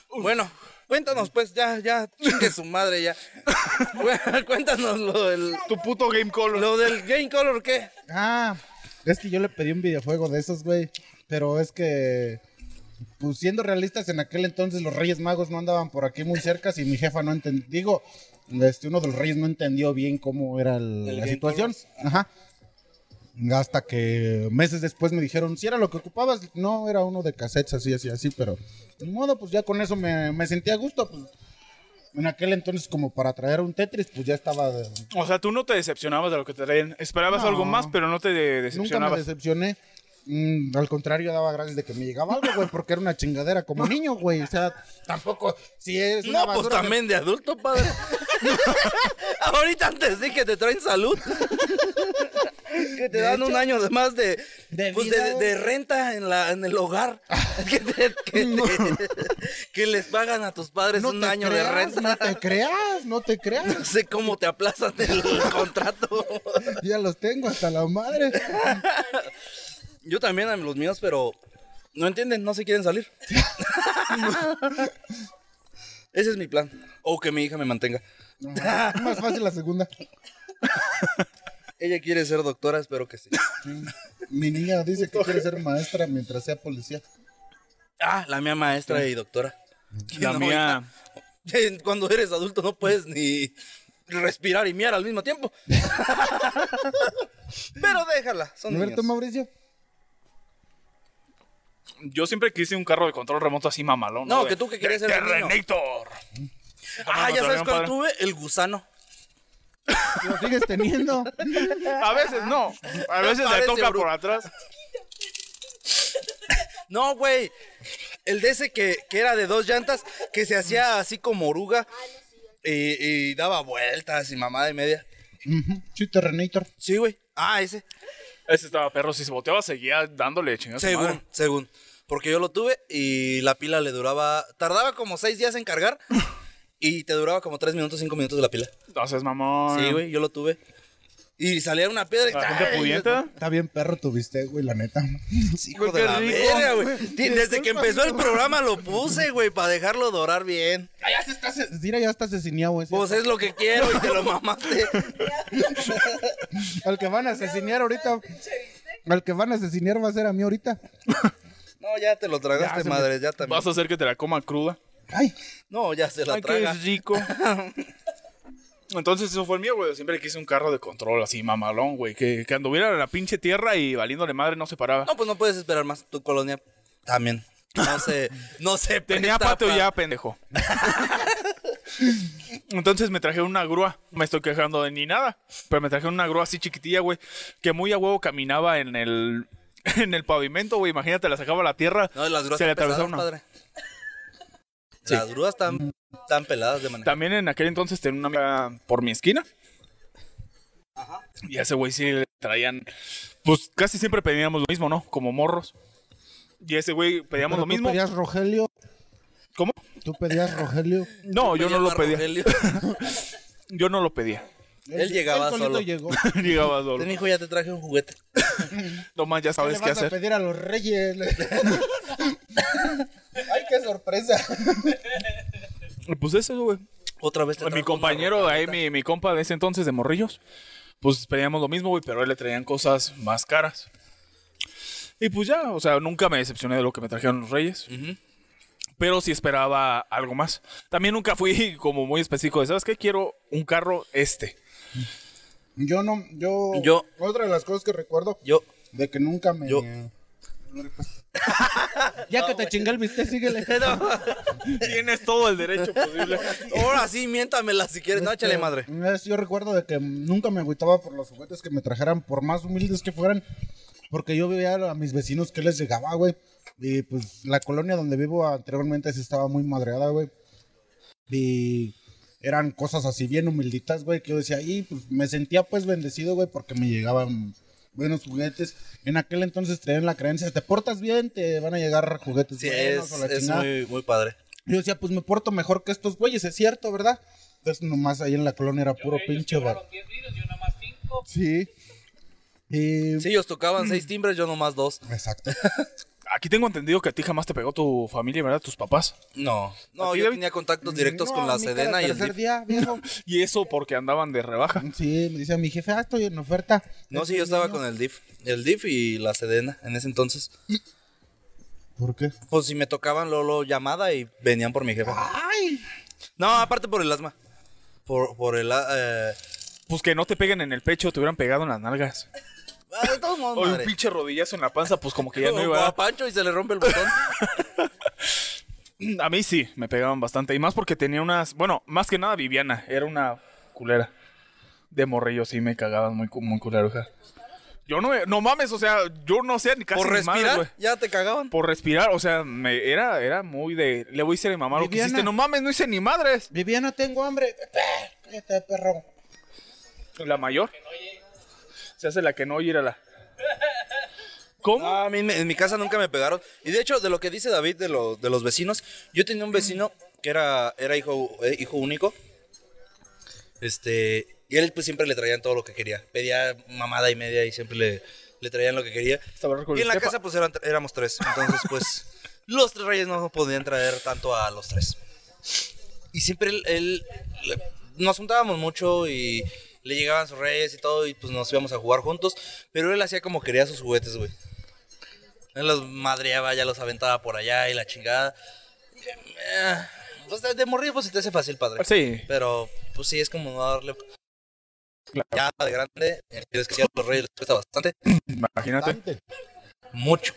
Speaker 4: Bueno, cuéntanos pues, ya, ya, que su madre ya. Bueno, cuéntanos lo del,
Speaker 5: Tu puto Game Color.
Speaker 4: lo del Game Color, ¿qué?
Speaker 3: Ah, es que yo le pedí un videojuego de esos, güey. Pero es que, pues siendo realistas, en aquel entonces los Reyes Magos no andaban por aquí muy cerca y mi jefa no entendió. Digo, este, uno de los Reyes no entendió bien cómo era el- la situación. Ajá. Hasta que meses después me dijeron, si era lo que ocupabas, no, era uno de cassettes, así, así, así, pero de modo, pues ya con eso me, me sentí a gusto, pues. En aquel entonces, como para traer un Tetris, pues ya estaba de-
Speaker 5: O sea, tú no te decepcionabas de lo que te traían. Esperabas
Speaker 3: No.
Speaker 5: algo más, pero no te de-
Speaker 3: Nunca me
Speaker 5: decepcionabas.
Speaker 3: decepcioné. Mm, al contrario, daba gracias de que me llegaba algo, güey, porque era una chingadera como niño, güey. O sea, tampoco. Si es una
Speaker 4: No, pues
Speaker 3: basura de-
Speaker 4: también de adulto, padre. Ahorita antes sí que te traen salud. que te
Speaker 3: De
Speaker 4: dan
Speaker 3: hecho,
Speaker 4: un año de más de,
Speaker 3: de
Speaker 4: pues,
Speaker 3: vida,
Speaker 4: de-
Speaker 3: güey. Ah,
Speaker 4: de renta en, la, en el hogar. que, te- que te- que les pagan a tus padres
Speaker 3: No
Speaker 4: un
Speaker 3: te
Speaker 4: año de
Speaker 3: creas,
Speaker 4: renta.
Speaker 3: No te creas, no te
Speaker 4: No
Speaker 3: creas.
Speaker 4: sé cómo te aplazan el contrato.
Speaker 3: Ya los tengo hasta la madre.
Speaker 4: Yo también a los míos, pero no entienden, no se quieren salir. Ese es mi plan. O que mi hija me mantenga.
Speaker 3: No, es más fácil la segunda.
Speaker 4: Ella quiere ser doctora, espero que sí.
Speaker 3: Mi niña dice que quiere ser maestra mientras sea policía.
Speaker 4: Ah, la mía maestra y doctora.
Speaker 5: La
Speaker 4: No,
Speaker 5: mía.
Speaker 4: hija, Cuando eres adulto no puedes ni respirar y miar al mismo tiempo. Pero déjala, son
Speaker 3: ¿No tú,
Speaker 4: niños.
Speaker 3: Mauricio?
Speaker 5: Yo siempre quise un carro de control remoto así mamalón.
Speaker 4: No,
Speaker 5: De-
Speaker 4: que tú que querías
Speaker 5: de-
Speaker 4: ser de niño.
Speaker 5: Terrenator.
Speaker 4: Ah,
Speaker 5: me
Speaker 4: ya sabes
Speaker 5: trajeron,
Speaker 4: cuál
Speaker 5: padre.
Speaker 4: tuve, el gusano.
Speaker 3: Lo sigues teniendo.
Speaker 5: A veces no. A veces le
Speaker 4: Parece
Speaker 5: toca
Speaker 4: bruto.
Speaker 5: por atrás.
Speaker 4: No, güey. El de ese que, que era de dos llantas, que se hacía así como oruga y, y daba vueltas y mamada y media.
Speaker 3: Ujú, Sí, Terrenator.
Speaker 4: Sí, güey. Ah, ese.
Speaker 5: Ese estaba perro. Si se volteaba, seguía dándole chingados.
Speaker 4: Según, según. Porque yo lo tuve y la pila le duraba. Tardaba como seis días en cargar y te duraba como tres minutos, cinco minutos de la pila.
Speaker 5: Entonces, mamón.
Speaker 4: Sí, güey, yo lo tuve. Y salía una piedra y.
Speaker 5: La gente pudiente.
Speaker 3: Está bien, perro, tuviste, güey, la neta.
Speaker 4: Hijo
Speaker 5: Güey,
Speaker 4: de
Speaker 5: qué
Speaker 4: la
Speaker 5: rico.
Speaker 4: verga, güey. Ti- Desde que empezó el programa lo puse, güey, para dejarlo dorar bien.
Speaker 3: Ya se está, ase- Mira, ya está asesinado, güey.
Speaker 4: Pues es lo que quiero y te lo mamaste.
Speaker 3: Al que van a asesinar ahorita. Al que van a asesinar va a ser a mí ahorita.
Speaker 4: No, ya te lo tragaste,
Speaker 3: Ya se me-
Speaker 4: madre, ya también.
Speaker 5: Vas a hacer que te la coma cruda.
Speaker 3: Ay,
Speaker 4: No, ya se la
Speaker 5: Ay, qué
Speaker 4: traga.
Speaker 5: rico. Entonces eso fue el mío, güey. Siempre quise un carro de control así, mamalón, güey. Que, que anduviera en la pinche tierra y valiéndole madre no se paraba.
Speaker 4: No, pues no puedes esperar más. Tu colonia también. No sé, no sé.
Speaker 5: Tenía patio ya, pendejo. Entonces me trajeron una grúa. Me estoy quejando de ni nada. Pero me trajeron una grúa así chiquitilla, güey. Que muy a huevo caminaba en el, en el pavimento, güey. Imagínate, la sacaba a la tierra.
Speaker 4: No, las grúas
Speaker 5: Se le
Speaker 4: están pesadas,
Speaker 5: atravesó una.
Speaker 4: padre. Las grúas están, están peladas de manera.
Speaker 5: También en aquel entonces tenía una amiga por mi esquina. Y a ese güey sí le traían. Pues casi siempre pedíamos lo mismo, ¿no? Como morros. Y a ese güey pedíamos
Speaker 3: pero tú
Speaker 5: lo mismo.
Speaker 3: pedías Rogelio.
Speaker 5: ¿Cómo?
Speaker 3: Tú pedías Rogelio.
Speaker 5: No, yo no lo
Speaker 4: Llamar
Speaker 5: pedía.
Speaker 4: Rogelio.
Speaker 5: Yo no lo pedía.
Speaker 4: Él llegaba
Speaker 3: solito
Speaker 4: solo.
Speaker 3: llegó.
Speaker 5: Llegaba solo.
Speaker 4: Ten, hijo, ya te traje un juguete.
Speaker 5: Nomás
Speaker 3: ¿Qué
Speaker 5: ya
Speaker 3: le
Speaker 5: sabes qué
Speaker 3: vas a
Speaker 5: hacer.
Speaker 3: pedir a los reyes? Ay, qué sorpresa.
Speaker 5: Pues eso, güey.
Speaker 4: Otra vez te
Speaker 5: Pues mi
Speaker 4: trajo
Speaker 5: compañero
Speaker 4: una
Speaker 5: de ahí,
Speaker 4: rosita.
Speaker 5: mi, mi compa de ese entonces de Morrillos, pues pedíamos lo mismo, güey, pero a él le traían cosas más caras. Y pues ya, o sea, nunca me decepcioné de lo que me trajeron los Reyes,
Speaker 4: Ujú.
Speaker 5: pero sí esperaba algo más. También nunca fui como muy específico de, ¿sabes qué? Quiero un carro este.
Speaker 3: Yo no, yo,
Speaker 4: Yo.
Speaker 3: Otra de las cosas que recuerdo
Speaker 4: Yo,
Speaker 3: de que nunca me.
Speaker 4: Yo.
Speaker 3: ya que te chingué el bistec, síguele.
Speaker 5: Tienes todo el derecho posible.
Speaker 4: ahora sí, miéntamela si quieres. No,
Speaker 3: Este,
Speaker 4: échale madre.
Speaker 3: es- yo recuerdo de que nunca me agüitaba por los juguetes que me trajeran, por más humildes que fueran, porque yo veía a mis vecinos que les llegaba, güey. Y pues la colonia donde vivo anteriormente sí estaba muy madreada, güey. Y eran cosas así bien humilditas, güey, que yo decía, y pues me sentía pues bendecido, güey, porque me llegaban buenos juguetes. En aquel entonces tenían la creencia, te portas bien, te van a llegar juguetes
Speaker 4: Sí,
Speaker 3: buenos
Speaker 4: es,
Speaker 3: o la
Speaker 4: es
Speaker 3: chingada.
Speaker 4: muy, muy padre.
Speaker 3: Yo decía, pues me porto mejor que estos güeyes, es cierto, ¿verdad? Entonces nomás ahí en la colonia era puro pinche bar. Sí. Y-
Speaker 4: Sí, ellos tocaban seis timbres, yo nomás dos.
Speaker 3: Exacto.
Speaker 5: Aquí tengo entendido que a ti jamás te pegó tu familia, ¿verdad? Tus papás.
Speaker 4: No, no,
Speaker 5: ¿Así,
Speaker 4: yo
Speaker 5: David?
Speaker 4: tenía contactos directos
Speaker 3: No,
Speaker 4: con la
Speaker 3: a mí cada
Speaker 4: Sedena y el
Speaker 3: tercer
Speaker 4: DIF.
Speaker 3: día, viejo.
Speaker 5: Y eso porque andaban de rebaja.
Speaker 3: Sí, me dice mi jefe, ah, estoy en oferta.
Speaker 4: No, sí, yo estaba con el DIF. El DIF y la Sedena en ese entonces.
Speaker 3: ¿Por qué?
Speaker 4: Pues si me tocaban Lolo llamada y venían por mi jefe.
Speaker 3: ¡Ay!
Speaker 4: No, aparte por el asma. Por, por el. a- Eh,
Speaker 5: Pues que no te peguen en el pecho, te hubieran pegado en las nalgas.
Speaker 4: ah, de todos modos,
Speaker 5: O un
Speaker 4: madre.
Speaker 5: pinche rodillazo en la panza, pues como que ya no
Speaker 4: Como
Speaker 5: iba.
Speaker 4: a Pancho y se le rompe el botón.
Speaker 5: A mí sí, me pegaban bastante. Y más porque tenía unas. Bueno, más que nada Viviana, era una culera. De morrillo sí me cagaban muy, cu- muy culero, hija. Yo no me- No mames, o sea, yo no sé ni casi
Speaker 4: por
Speaker 5: ni madres,
Speaker 4: respirar,
Speaker 5: güey.
Speaker 4: ya te cagaban.
Speaker 5: Por respirar, o sea, me, era, era muy de. Le voy a decir a mi mamá lo que
Speaker 3: Viviana.
Speaker 5: hiciste. No mames, no hice ni madres.
Speaker 3: Viviana, tengo hambre. Cállate, perro.
Speaker 5: La mayor. Se hace la que no oye, era la. ¿Cómo?
Speaker 3: Ah,
Speaker 4: No, a mí me- en mi casa nunca me pegaron. Y de hecho, de lo que dice David de, lo- de los vecinos, yo tenía un vecino que era, era hijo, eh, hijo único. Este, y él pues siempre le traían todo lo que quería. Pedía mamada y media y siempre le, le traían lo que quería.
Speaker 5: Estaba rico el
Speaker 4: Y en la
Speaker 5: tepa.
Speaker 4: casa pues eran, éramos tres. Entonces pues los tres reyes no podían traer tanto a los tres. Y siempre él, él- le- nos juntábamos mucho y le llegaban sus reyes y todo y pues nos íbamos a jugar juntos. Pero él hacía como quería sus juguetes, güey. Él los madreaba, ya los aventaba por allá y la chingada. Eh, pues de morir pues se te hace fácil, padre.
Speaker 5: Sí.
Speaker 4: Pero, pues sí, es como no darle. Ya de grande, eh, es que sí, a los reyes les cuesta bastante.
Speaker 5: Imagínate,
Speaker 4: Mucho.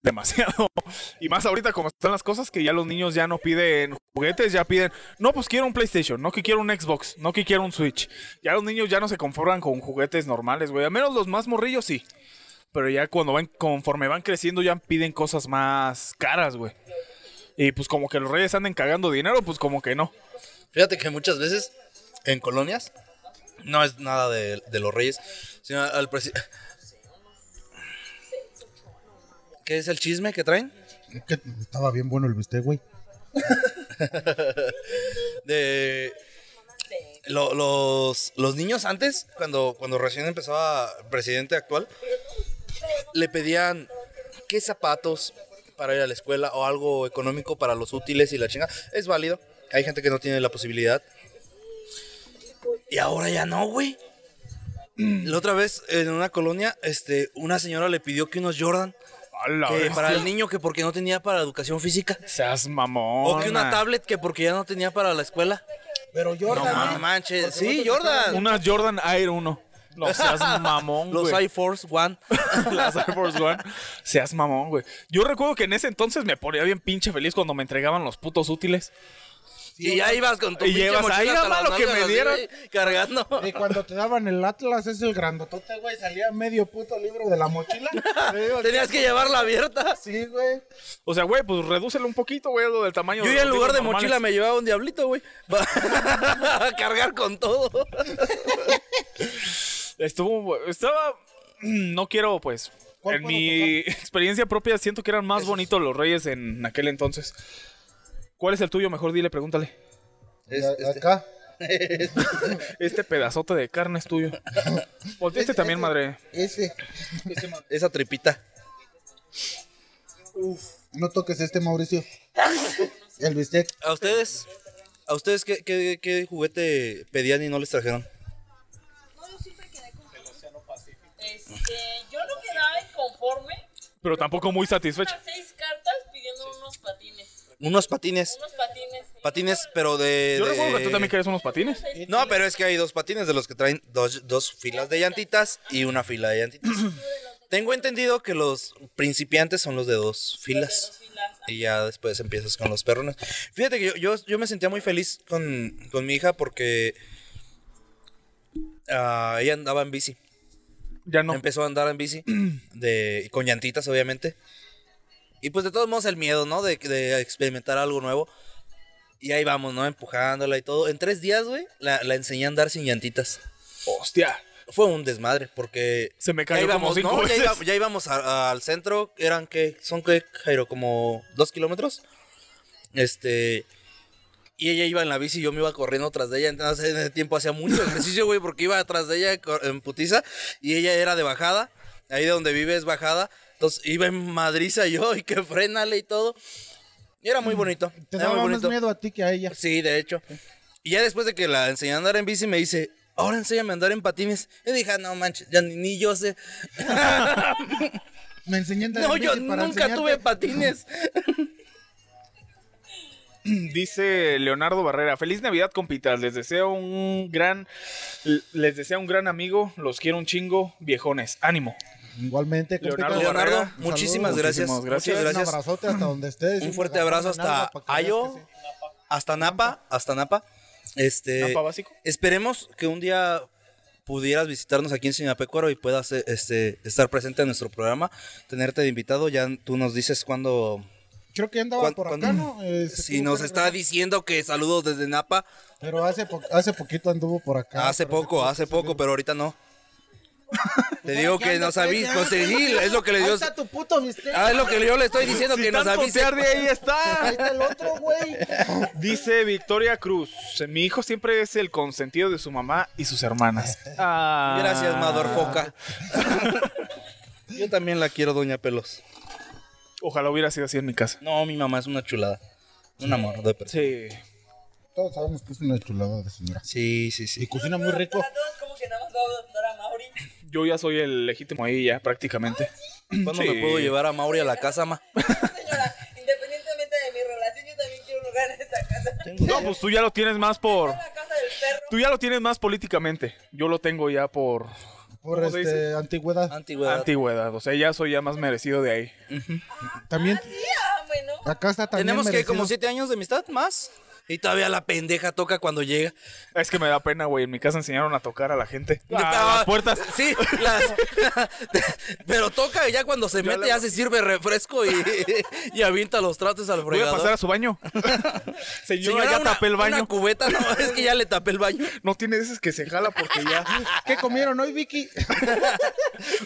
Speaker 5: demasiado. Y más ahorita como están las cosas que ya los niños ya no piden juguetes, ya piden, no, pues quiero un PlayStation, no que quiero un Xbox, no que quiero un Switch. Ya los niños ya no se conforman con juguetes normales, güey. A menos los más morrillos sí. Pero ya cuando van, conforme van creciendo, ya piden cosas más caras, güey. Y pues como que los reyes anden cagando dinero, pues como que no.
Speaker 4: Fíjate que muchas veces en colonias no es nada de, de los reyes, sino al presidente. ¿Qué es el chisme que traen?
Speaker 3: Es que estaba bien bueno el bistec, güey.
Speaker 4: de lo- los, los niños antes, cuando, cuando recién empezaba el presidente actual, le pedían qué zapatos para ir a la escuela o algo económico para los útiles y la chinga. Es válido. Hay gente que no tiene la posibilidad. Y ahora ya no, güey. La otra vez en una colonia, este, una señora le pidió que unos Jordan
Speaker 5: A la
Speaker 4: que
Speaker 5: bestia.
Speaker 4: para el niño que porque no tenía para educación física
Speaker 5: Seas mamón.
Speaker 4: o que una tablet que porque ya no tenía para la escuela.
Speaker 3: Pero Jordan,
Speaker 4: No
Speaker 3: güey.
Speaker 4: manches, sí, Jordan.
Speaker 5: Una Jordan Air 1. No seas mamón,
Speaker 4: Los
Speaker 5: güey.
Speaker 4: Air Force One.
Speaker 5: las Air Force One. Seas mamón, güey. Yo recuerdo que en ese entonces me ponía bien pinche feliz cuando me entregaban los putos útiles.
Speaker 4: y ya ibas con tu
Speaker 5: Y
Speaker 4: pinche
Speaker 5: llevas
Speaker 4: mochila
Speaker 5: ahí,
Speaker 4: hasta
Speaker 5: mamá,
Speaker 4: las
Speaker 5: lo que
Speaker 4: nalgas,
Speaker 5: me
Speaker 4: así,
Speaker 5: dieron.
Speaker 4: güey, Cargando.
Speaker 3: Y cuando te daban el Atlas, es el grandotote, güey, salía medio puto libro de la mochila. Te digo,
Speaker 4: Tenías que llevarla abierta.
Speaker 3: Sí, güey.
Speaker 5: O sea, güey, pues redúcelo un poquito, güey, lo del tamaño
Speaker 4: Yo ya en
Speaker 5: los
Speaker 4: lugar de
Speaker 5: libros
Speaker 4: mochila me
Speaker 5: normales.
Speaker 4: llevaba un diablito, güey. Para cargar con todo.
Speaker 5: Estuvo. Estaba. No quiero, pues.
Speaker 3: ¿Cuál
Speaker 5: En
Speaker 3: puedo
Speaker 5: mi experiencia propia siento que eran más bonitos los reyes en aquel entonces. ¿Cuál es el tuyo? Mejor dile, pregúntale.
Speaker 4: Es-
Speaker 3: A-
Speaker 4: este-
Speaker 3: Acá.
Speaker 5: Este pedazote de carne es tuyo. Volteaste
Speaker 3: Este-
Speaker 5: también,
Speaker 3: este-
Speaker 5: madre.
Speaker 3: Ese.
Speaker 4: Esa tripita.
Speaker 3: No toques este, Mauricio. El bistec.
Speaker 4: ¿A ustedes? ¿A ustedes qué, qué- qué juguete pedían y no les trajeron?
Speaker 6: Este, yo no quedaba inconforme.
Speaker 5: Pero tampoco muy satisfecho.
Speaker 6: Unas seis cartas pidiendo unos patines.
Speaker 4: Unos patines.
Speaker 6: Unos patines.
Speaker 4: Patines, pero de.
Speaker 5: Yo
Speaker 4: Eh, de-
Speaker 5: recuerdo que tú también querías unos patines.
Speaker 4: No, pero es que hay dos patines de los que traen dos, dos filas de llantitas y una fila de llantitas. Tengo entendido que los principiantes son los de dos filas. Y ya después empiezas con los perrones. Fíjate que yo, yo, yo me sentía muy feliz con, con mi hija porque ah, ella andaba en bici.
Speaker 5: Ya no.
Speaker 4: Empezó a andar en bici, de, con llantitas obviamente. Y pues de todos modos el miedo, ¿no? De, de experimentar algo nuevo. Y ahí vamos, ¿no? Empujándola y todo. En tres días, güey, la, la enseñé a andar sin llantitas.
Speaker 5: Hostia.
Speaker 4: Fue un desmadre porque...
Speaker 5: Se me
Speaker 4: Ya
Speaker 5: cayó como
Speaker 4: íbamos,
Speaker 5: cinco
Speaker 4: ¿no? ya,
Speaker 5: veces.
Speaker 4: iba- ya íbamos a- al centro, eran que, son que, Jairo, como dos kilómetros. Este. Y ella iba en la bici y yo me iba corriendo tras de ella. Entonces en ese tiempo hacía mucho ejercicio, güey, porque iba atrás de ella cor- en putiza. Y ella era de bajada. Ahí de donde vive es bajada. Entonces iba en madriza yo y que frenale y todo. Y era muy bonito.
Speaker 3: Te
Speaker 4: era muy
Speaker 3: daba más
Speaker 4: bonito.
Speaker 3: miedo a ti que a ella.
Speaker 4: Sí, de hecho. Y ya después de que la enseñé a andar en bici, me dice, ahora enséñame a andar en patines. Y dije, "Ah, no manches, ya ni, ni yo sé.
Speaker 3: Me enseñé a andar
Speaker 4: No,
Speaker 3: en
Speaker 4: yo
Speaker 3: bici para
Speaker 4: nunca
Speaker 3: enseñarte.
Speaker 4: tuve patines.
Speaker 5: Dice Leonardo Barrera, feliz Navidad, compitas. Les deseo un gran, les deseo un gran amigo. Los quiero un chingo, viejones. Ánimo.
Speaker 3: Igualmente, compita.
Speaker 5: Leonardo
Speaker 4: Leonardo,
Speaker 5: Barrera,
Speaker 3: Un
Speaker 4: muchísimas
Speaker 3: saludo.
Speaker 4: gracias.
Speaker 5: Muchísimas
Speaker 4: Muchas
Speaker 5: gracias.
Speaker 4: gracias.
Speaker 3: Un abrazote hasta donde estés.
Speaker 4: Un fuerte abrazo
Speaker 3: una nalga
Speaker 4: hasta
Speaker 3: pa' que veas
Speaker 4: Ayo.
Speaker 3: que sí.
Speaker 4: Hasta Napa, hasta Napa. Este,
Speaker 5: ¿Napa básico?
Speaker 4: Esperemos que un día pudieras visitarnos aquí en Sinapecuaro y puedas eh, este, estar presente en nuestro programa, tenerte de invitado. Ya tú nos dices cuándo.
Speaker 3: Creo que andaba
Speaker 4: cuán-
Speaker 3: por acá,
Speaker 4: cuándo-
Speaker 3: ¿no? Eh, se
Speaker 4: si
Speaker 3: tuvo
Speaker 4: nos
Speaker 3: que
Speaker 4: está
Speaker 3: regresar.
Speaker 4: diciendo que saludos desde Napa, Ah,
Speaker 3: Pero hace, po- hace poquito anduvo por acá.
Speaker 4: hace
Speaker 3: Ah, pero se tuvo
Speaker 4: poco,
Speaker 3: que
Speaker 4: hace
Speaker 3: salir.
Speaker 4: poco, pero ahorita no. Te digo que nos avise, conseguí, es lo que le
Speaker 3: Ahí
Speaker 4: dio.
Speaker 3: está tu puto bistec.
Speaker 4: Ah, es lo que yo le estoy diciendo que nos
Speaker 5: tanto
Speaker 4: avise.
Speaker 5: se arde, ahí
Speaker 3: Ahí
Speaker 5: está.
Speaker 3: está el otro, güey.
Speaker 5: Dice Victoria Cruz, mi hijo siempre es el consentido de su mamá y sus hermanas. Ah.
Speaker 4: Gracias, Mador Poca. Yo también la quiero, Doña Pelos.
Speaker 5: Ojalá hubiera sido así en mi casa.
Speaker 4: No, mi mamá es una chulada. Un amor de persona.
Speaker 5: Sí.
Speaker 3: Todos sabemos que es una chulada de señora.
Speaker 4: Sí, sí, sí.
Speaker 3: Y cocina muy rico.
Speaker 6: A todos como que nada más voy a adoptar a Mauri.
Speaker 5: Yo ya soy el legítimo ahí ya prácticamente.
Speaker 4: ¿Cuándo
Speaker 5: Sí.
Speaker 4: me puedo llevar a Mauri a la casa, ma?
Speaker 6: Señora, independientemente de mi relación, yo también quiero un lugar en esta casa.
Speaker 5: No, pues tú ya lo tienes más por...
Speaker 6: La casa del perro.
Speaker 5: Tú ya lo tienes más políticamente. Yo lo tengo ya por
Speaker 3: Por
Speaker 5: ¿Cómo se
Speaker 3: este, antigüedad.
Speaker 4: Antigüedad.
Speaker 5: antigüedad. O sea, ya soy ya más merecido de ahí.
Speaker 3: También,
Speaker 6: Ah, bueno.
Speaker 3: acá está también.
Speaker 4: Tenemos que
Speaker 3: merecido.
Speaker 4: como siete años de amistad más. Y todavía la pendeja toca cuando llega.
Speaker 5: Es que me da pena, güey. En mi casa enseñaron a tocar a la gente.
Speaker 4: Estaba-
Speaker 5: A Ah, las puertas.
Speaker 4: Sí, las... pero toca y ya cuando se
Speaker 5: Ya
Speaker 4: mete
Speaker 5: la-
Speaker 4: ya se sirve refresco y, y avienta los trates al
Speaker 5: Voy a
Speaker 4: fregador.
Speaker 5: pasar a su baño. Señora, ya
Speaker 4: una-
Speaker 5: tapé el
Speaker 4: Una
Speaker 5: baño.
Speaker 4: cubeta, no, es que ya le tapé el baño.
Speaker 5: No tiene esas que se jala porque ya.
Speaker 3: ¿Qué comieron hoy, Vicky?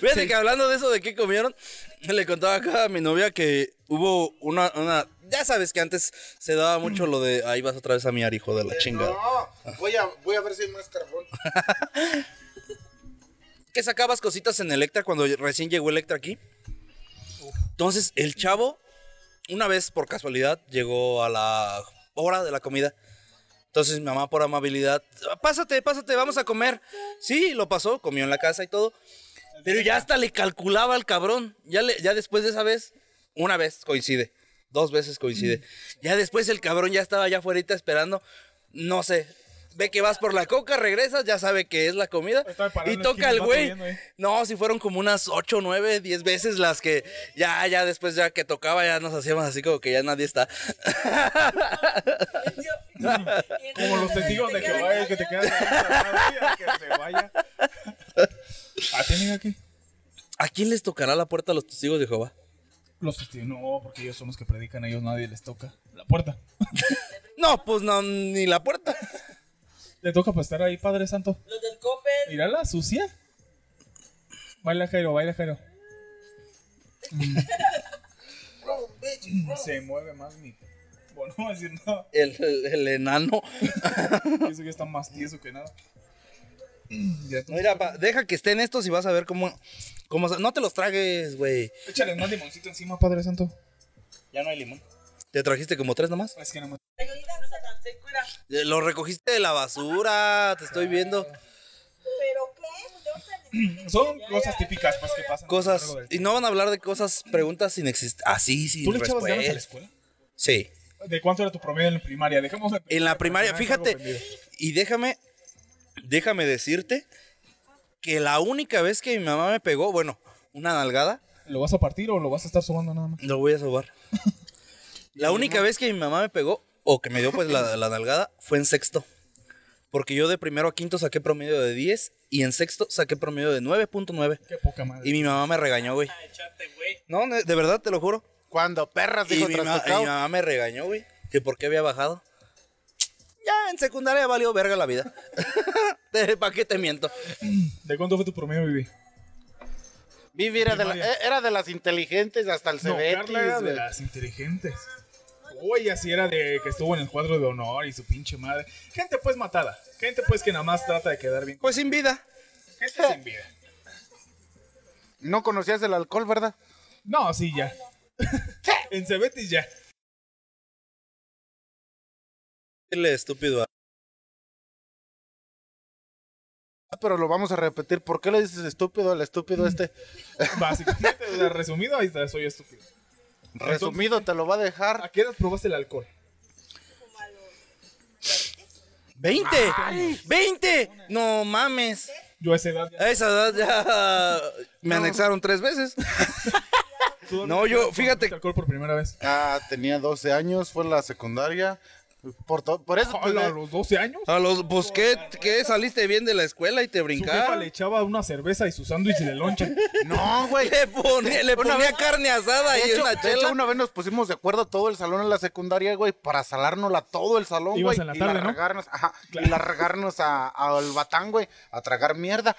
Speaker 4: Fíjate que hablando de eso de qué comieron, le contaba acá a mi novia que hubo una, una- ya sabes que antes se daba mucho lo de ahí vas otra vez a miar, hijo de la chingada.
Speaker 3: No, voy a, voy a ver si hay más carbón.
Speaker 4: Que sacabas cositas en Electra cuando recién llegó Electra aquí. Entonces, el chavo, una vez por casualidad, llegó a la hora de la comida. Entonces, mi mamá, por amabilidad, pásate, pásate, vamos a comer. Sí, lo pasó, comió en la casa y todo. Pero ya hasta le calculaba al cabrón. Ya, le- ya después de esa vez, una vez coincide. Dos veces coincide.
Speaker 5: Mm.
Speaker 4: Ya después el cabrón ya estaba allá afuera esperando. No sé. Ve que vas por la coca, regresas, ya sabe que es la comida.
Speaker 5: Estaba parado
Speaker 4: Y
Speaker 5: en la
Speaker 4: toca
Speaker 5: esquina,
Speaker 4: el
Speaker 5: va
Speaker 4: güey.
Speaker 5: pidiendo, ¿eh?
Speaker 4: No, si fueron como unas 8, 9, 10 veces las que ya, ya después ya que tocaba, ya nos hacíamos así como que ya nadie está.
Speaker 5: Como los testigos de Jehová, el que te quedan. Que se vaya. Ah, ¿A ti, amiga, qué?
Speaker 4: ¿A quién les tocará la puerta a los testigos de Jehová?
Speaker 5: Los testigos. No, porque ellos son los que predican, a ellos nadie les toca la puerta.
Speaker 4: No, pues no, ni la puerta.
Speaker 5: Le toca pues estar ahí, Padre Santo.
Speaker 6: Los del Coppel.
Speaker 5: Mirá la sucia. Baila Jairo, baila Jairo. Se mueve más mi. Bueno, no voy a decir nada.
Speaker 4: El, el- el enano.
Speaker 5: Eso ya está más tieso que nada. Ya tú.
Speaker 4: Mira, pa, deja que estén estos y vas a ver cómo. cómo sa- no te los tragues, güey.
Speaker 5: Échale más limoncito encima, Padre Santo.
Speaker 4: Ya no hay limón. ¿Te trajiste como tres nomás?
Speaker 5: Es que nada más.
Speaker 6: No se tan secura.
Speaker 4: Eh, Lo recogiste de la basura, te estoy viendo.
Speaker 6: ¿Pero qué? Pues yo te-
Speaker 5: Son
Speaker 6: Ya,
Speaker 5: cosas
Speaker 6: ya,
Speaker 5: típicas
Speaker 6: ya,
Speaker 5: pues, que
Speaker 6: ya.
Speaker 5: pasan. a lo
Speaker 4: Cosas.
Speaker 5: largo del
Speaker 4: Y no van a hablar de cosas, preguntas inexistentes. Así, sí,
Speaker 5: ¿Tú le echabas ganas a la
Speaker 4: respuestas.
Speaker 5: escuela?
Speaker 4: Sí.
Speaker 5: ¿De cuánto era tu promedio en la primaria? Dejamos la
Speaker 4: En la primaria,
Speaker 5: porque nadie está
Speaker 4: fíjate.
Speaker 5: ofendido.
Speaker 4: Y déjame, déjame decirte que la única vez que mi mamá me pegó, bueno, una nalgada,
Speaker 5: ¿Lo vas a partir o lo vas a estar sobando nada más?
Speaker 4: lo voy a sobar. La única vez que mi mamá me pegó, o que me dio pues la, la nalgada, fue en sexto. Porque yo de primero a quinto saqué promedio de 10 y en sexto saqué promedio de 9.9.
Speaker 5: Qué poca madre.
Speaker 4: Y mi mamá me regañó, güey. No, ne- de verdad, te lo juro.
Speaker 9: Cuando perras
Speaker 4: Y
Speaker 9: dijo
Speaker 4: mi, ma- y mi
Speaker 9: trastocado.
Speaker 4: mamá me regañó, güey. Que por qué había bajado. Ya en secundaria valió verga la vida. ¿Para qué te miento?
Speaker 5: ¿De cuánto fue tu promedio, Vivi?
Speaker 9: Vivi era de, la-
Speaker 5: primaria.
Speaker 9: eh, era de las inteligentes hasta el
Speaker 5: No, Carla era
Speaker 9: Cebetis,
Speaker 5: de
Speaker 9: güey.
Speaker 5: las inteligentes. joyas y era de que estuvo en el cuadro de honor y su pinche madre. Gente pues matada. Gente pues que nada más trata de quedar bien.
Speaker 4: Pues sin vida.
Speaker 5: Gente sin vida.
Speaker 3: No conocías el alcohol, ¿verdad?
Speaker 5: No, sí, ya. en Cebetis ya.
Speaker 4: El estúpido a-
Speaker 3: Ah, Pero lo vamos a repetir. ¿Por qué le dices estúpido al estúpido este?
Speaker 5: Básicamente, o sea, resumido, ahí está, soy estúpido.
Speaker 3: Resumido, te lo va a dejar.
Speaker 5: ¿A qué edad probaste el alcohol?
Speaker 4: ¡20! ¡20! No mames.
Speaker 5: Yo a esa edad ya.
Speaker 4: A esa edad ya me anexaron tres veces.
Speaker 5: ¿Tú dónde
Speaker 4: No,
Speaker 5: te
Speaker 4: yo-
Speaker 5: probaste
Speaker 4: fíjate-
Speaker 5: alcohol por primera vez.
Speaker 3: Ah, tenía 12 años, fue en la secundaria. Por, to- por eso te-
Speaker 5: Hola, ¿A los 12 años?
Speaker 4: A los pues ¿qué, qué? saliste bien de la escuela y te
Speaker 5: Su jefa le
Speaker 4: brincaron.
Speaker 5: echaba una cerveza y su sándwich de loncha.
Speaker 3: No, güey.
Speaker 4: Le ponía, le
Speaker 3: Una
Speaker 4: ponía
Speaker 3: vez-
Speaker 4: carne asada
Speaker 3: De
Speaker 4: y
Speaker 3: hecho,
Speaker 4: una
Speaker 3: de hecho,
Speaker 4: chela.
Speaker 3: una vez nos pusimos de acuerdo todo el salón en la secundaria, güey, para salárnosla todo el salón,
Speaker 5: Ibas
Speaker 3: güey.
Speaker 5: en la
Speaker 3: y
Speaker 5: tarde, ¿no?
Speaker 3: largarnos, ajá, y largarnos a, al batán, güey, a tragar mierda.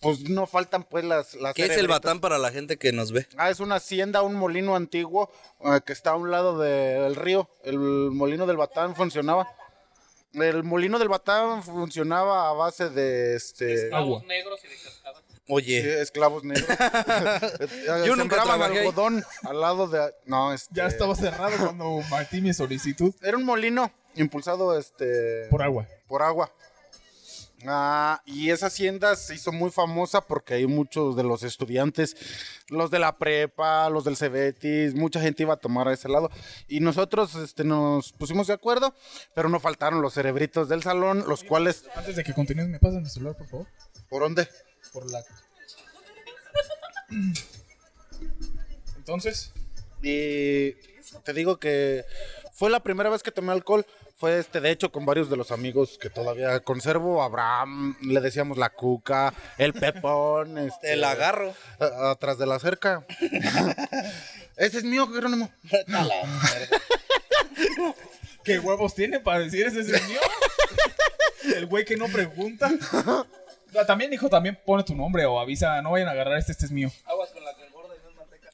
Speaker 3: Pues no faltan, pues, las... las
Speaker 4: ¿Qué es el
Speaker 3: cerebritas.
Speaker 4: batán para la gente que nos ve?
Speaker 3: Ah, es una hacienda, un molino antiguo eh, que está a un lado del río. El molino del Batán funcionaba. El molino del Batán funcionaba a base de este
Speaker 7: Esclavos negros y de cascabel.
Speaker 3: sí,
Speaker 4: Oye,
Speaker 3: esclavos negros.
Speaker 4: Yo
Speaker 3: Yo
Speaker 4: nunca
Speaker 3: Sembraban
Speaker 4: trabajé ahí.
Speaker 3: algodón al lado de no, este
Speaker 5: Ya estaba cerrado cuando metí mi solicitud
Speaker 3: era un molino impulsado este
Speaker 5: por agua.
Speaker 3: por agua. Ah, y esa hacienda se hizo muy famosa porque hay muchos de los estudiantes, los de la prepa, los del Cebetis, mucha gente iba a tomar a ese lado. Y nosotros este, nos pusimos de acuerdo, pero no faltaron los cerebritos del salón, los cuales...
Speaker 5: Antes de que continúes, ¿me pasas mi celular, por favor?
Speaker 3: ¿Por dónde?
Speaker 5: Por la... Entonces,
Speaker 3: Y te digo que fue la primera vez que tomé alcohol. Fue este, de hecho, con varios de los amigos que todavía conservo. Abraham, le decíamos la cuca, el pepón. Este,
Speaker 4: el agarro.
Speaker 3: A- atrás de la cerca. Ese es mío, Jerónimo.
Speaker 5: ¿qué huevos tiene para decir ese es el mío? El güey que no pregunta. Ah, También, hijo, también pone tu nombre o avisa, no vayan a agarrar este, este es mío.
Speaker 7: Aguas con la que engorda y no es manteca.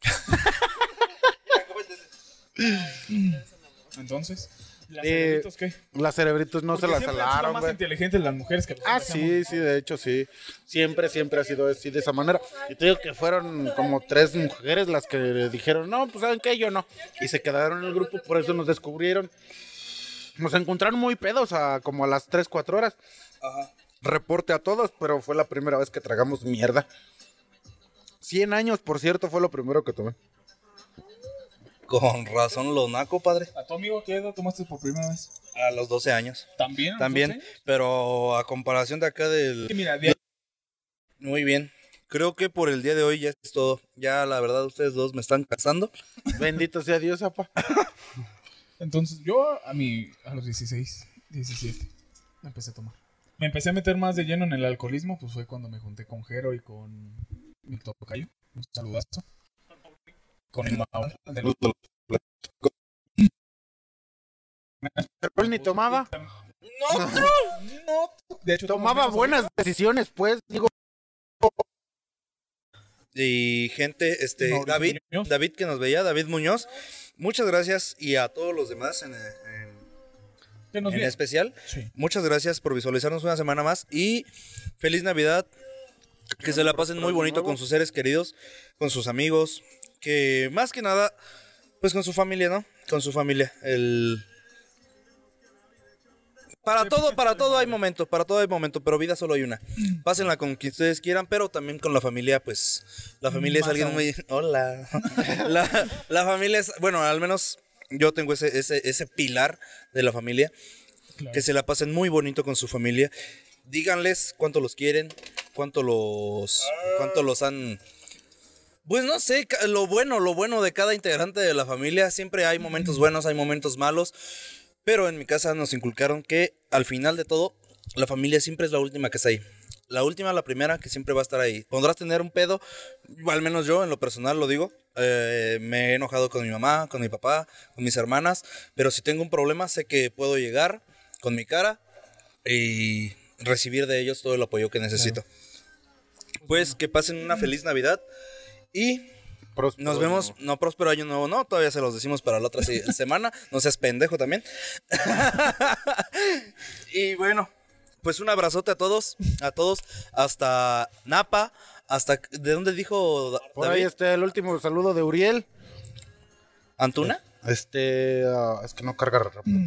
Speaker 5: Entonces, ¿las
Speaker 3: Eh,
Speaker 5: cerebritos qué?
Speaker 3: Las cerebritos no
Speaker 5: Porque
Speaker 3: se las
Speaker 5: siempre han sido
Speaker 3: salaron,
Speaker 5: más
Speaker 3: güey.
Speaker 5: inteligentes las mujeres que los
Speaker 3: Ah,
Speaker 5: hombres, ¿no?
Speaker 3: sí, sí, de hecho, sí. Siempre, siempre ha sido así, de esa manera. Y te digo que fueron como tres mujeres las que dijeron, no, pues saben qué, yo no. Y se quedaron en el grupo, por eso nos descubrieron. Nos encontraron muy pedos a como a las 3, 4 horas. Reporte a todos, pero fue la primera vez que tragamos mierda. 100 años, por cierto, fue lo primero que tomé.
Speaker 4: Con razón lo naco, padre.
Speaker 5: ¿A tu amigo qué edad tomaste por primera vez?
Speaker 4: A los 12 años.
Speaker 5: ¿También?
Speaker 4: También, pero a comparación de acá del
Speaker 5: Que mira, de-
Speaker 4: Muy bien. Creo que por el día de hoy ya es todo. Ya la verdad ustedes dos me están casando.
Speaker 3: Bendito sea Dios, apa.
Speaker 5: entonces yo a mi a los 16, 17 me empecé a tomar. Me empecé a meter más de lleno en el alcoholismo, pues fue cuando me junté con Jero y con mi tocayo. Un saludazo. Con el Mau.
Speaker 3: Pero él ni tomaba.
Speaker 5: No, de hecho
Speaker 3: Tomaba
Speaker 5: tomo menos
Speaker 3: buenas decisiones, pues. Digo,
Speaker 4: Y gente, este,
Speaker 5: No,
Speaker 4: David,
Speaker 5: Muñoz.
Speaker 4: David que nos veía, David Muñoz, muchas gracias y a todos los demás en, en-
Speaker 5: ahorita. Que nos
Speaker 4: en
Speaker 5: viene.
Speaker 4: especial.
Speaker 5: Sí.
Speaker 4: Muchas gracias por visualizarnos una semana más y feliz Navidad. Que se la pasen muy bonito con sus seres queridos, con sus amigos, que más que nada, pues con su familia, ¿no? Con su familia. El... Para todo, para todo hay momento, para todo hay momento, pero vida solo hay una.
Speaker 5: Mm.
Speaker 4: Pásenla con quien ustedes quieran, pero también con la familia, pues la familia es
Speaker 5: Más
Speaker 4: alguien
Speaker 5: aún.
Speaker 4: muy... Hola. La, la familia es, bueno, al menos yo tengo ese, ese, ese pilar de la familia
Speaker 5: Claro.
Speaker 4: que se la pasen muy bonito con su familia. Díganles cuánto los quieren, cuánto los, cuánto los han... Pues no sé, ca- lo bueno, lo bueno de cada integrante de la familia, siempre hay momentos buenos, hay momentos malos, pero en mi casa nos inculcaron que al final de todo, la familia siempre es la última que está ahí. La última, la primera, que siempre va a estar ahí. Podrás tener un pedo, al menos yo en lo personal lo digo, eh, me he enojado con mi mamá, con mi papá, con mis hermanas, pero si tengo un problema sé que puedo llegar con mi cara y recibir de ellos todo el pues, apoyo que necesito. Pues que pasen una feliz Navidad y
Speaker 3: próspero.
Speaker 4: Nos vemos, no próspero año nuevo, no, todavía se los decimos para la otra se- semana, no seas pendejo también. y bueno, pues un abrazote a todos, a todos, hasta Napa, hasta, ¿de dónde dijo Da-
Speaker 3: Por ahí
Speaker 4: David?
Speaker 3: está el último saludo de Uriel.
Speaker 4: ¿Antuna?
Speaker 3: Este, ah, es que no carga rápido.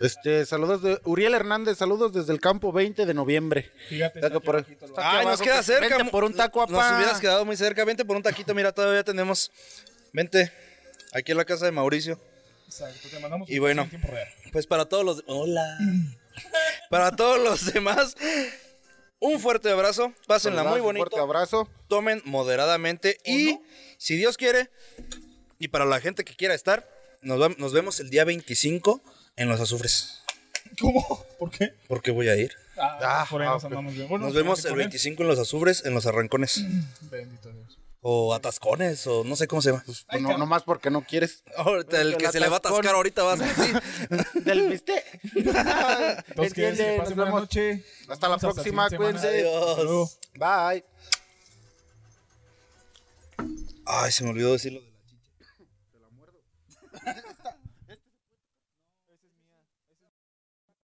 Speaker 3: Este, saludos de Uriel Hernández, saludos desde el campo 20 de noviembre.
Speaker 5: Fíjate,
Speaker 3: Está que por- está aquí
Speaker 4: Ay, nos
Speaker 3: abajo,
Speaker 4: queda
Speaker 3: que-
Speaker 4: cerca.
Speaker 3: vente por un taco,
Speaker 4: Nos
Speaker 3: apá.
Speaker 4: hubieras quedado muy cerca. Vente por un taquito, mira, todavía tenemos. Vente, aquí en la casa de Mauricio.
Speaker 5: Exacto, te mandamos
Speaker 4: Y bueno.
Speaker 5: en tiempo real.
Speaker 4: Pues para todos los. Hola. para todos los demás, un fuerte abrazo. Pásenla muy
Speaker 3: Un fuerte
Speaker 4: bonito.
Speaker 3: abrazo.
Speaker 4: Tomen moderadamente. Y si Dios quiere, y para la gente que quiera estar, nos, va- nos vemos el día 25 en Los Azufres.
Speaker 5: ¿Cómo? ¿Por qué?
Speaker 4: Porque voy a ir.
Speaker 5: Ah,
Speaker 3: Ah,
Speaker 5: por ahí nos
Speaker 3: ok.
Speaker 5: andamos bien. Bueno,
Speaker 3: pues,
Speaker 4: Nos vemos
Speaker 5: fíjate
Speaker 4: el
Speaker 5: con él.
Speaker 4: 25 en Los Azufres, en Los Arrancones.
Speaker 5: Bendito Dios.
Speaker 4: O Atascones, o no sé cómo se llama.
Speaker 5: Ahí
Speaker 3: Pues, No,
Speaker 5: está.
Speaker 3: nomás porque no quieres.
Speaker 4: Ahorita el
Speaker 3: Porque
Speaker 4: que
Speaker 3: el
Speaker 4: se le va a
Speaker 3: atascón.
Speaker 4: atascar ahorita va a ser a ti.
Speaker 3: Del viste.
Speaker 5: Entonces, que
Speaker 3: Entiende, nos
Speaker 5: pasen buena
Speaker 3: vemos.
Speaker 5: noche.
Speaker 3: Hasta la
Speaker 5: Nos vemos
Speaker 3: próxima,
Speaker 5: siguiente semana.
Speaker 3: cuídense.
Speaker 5: Hasta luego.
Speaker 3: Bye.
Speaker 4: Ay, se me olvidó decirlo de la chicha.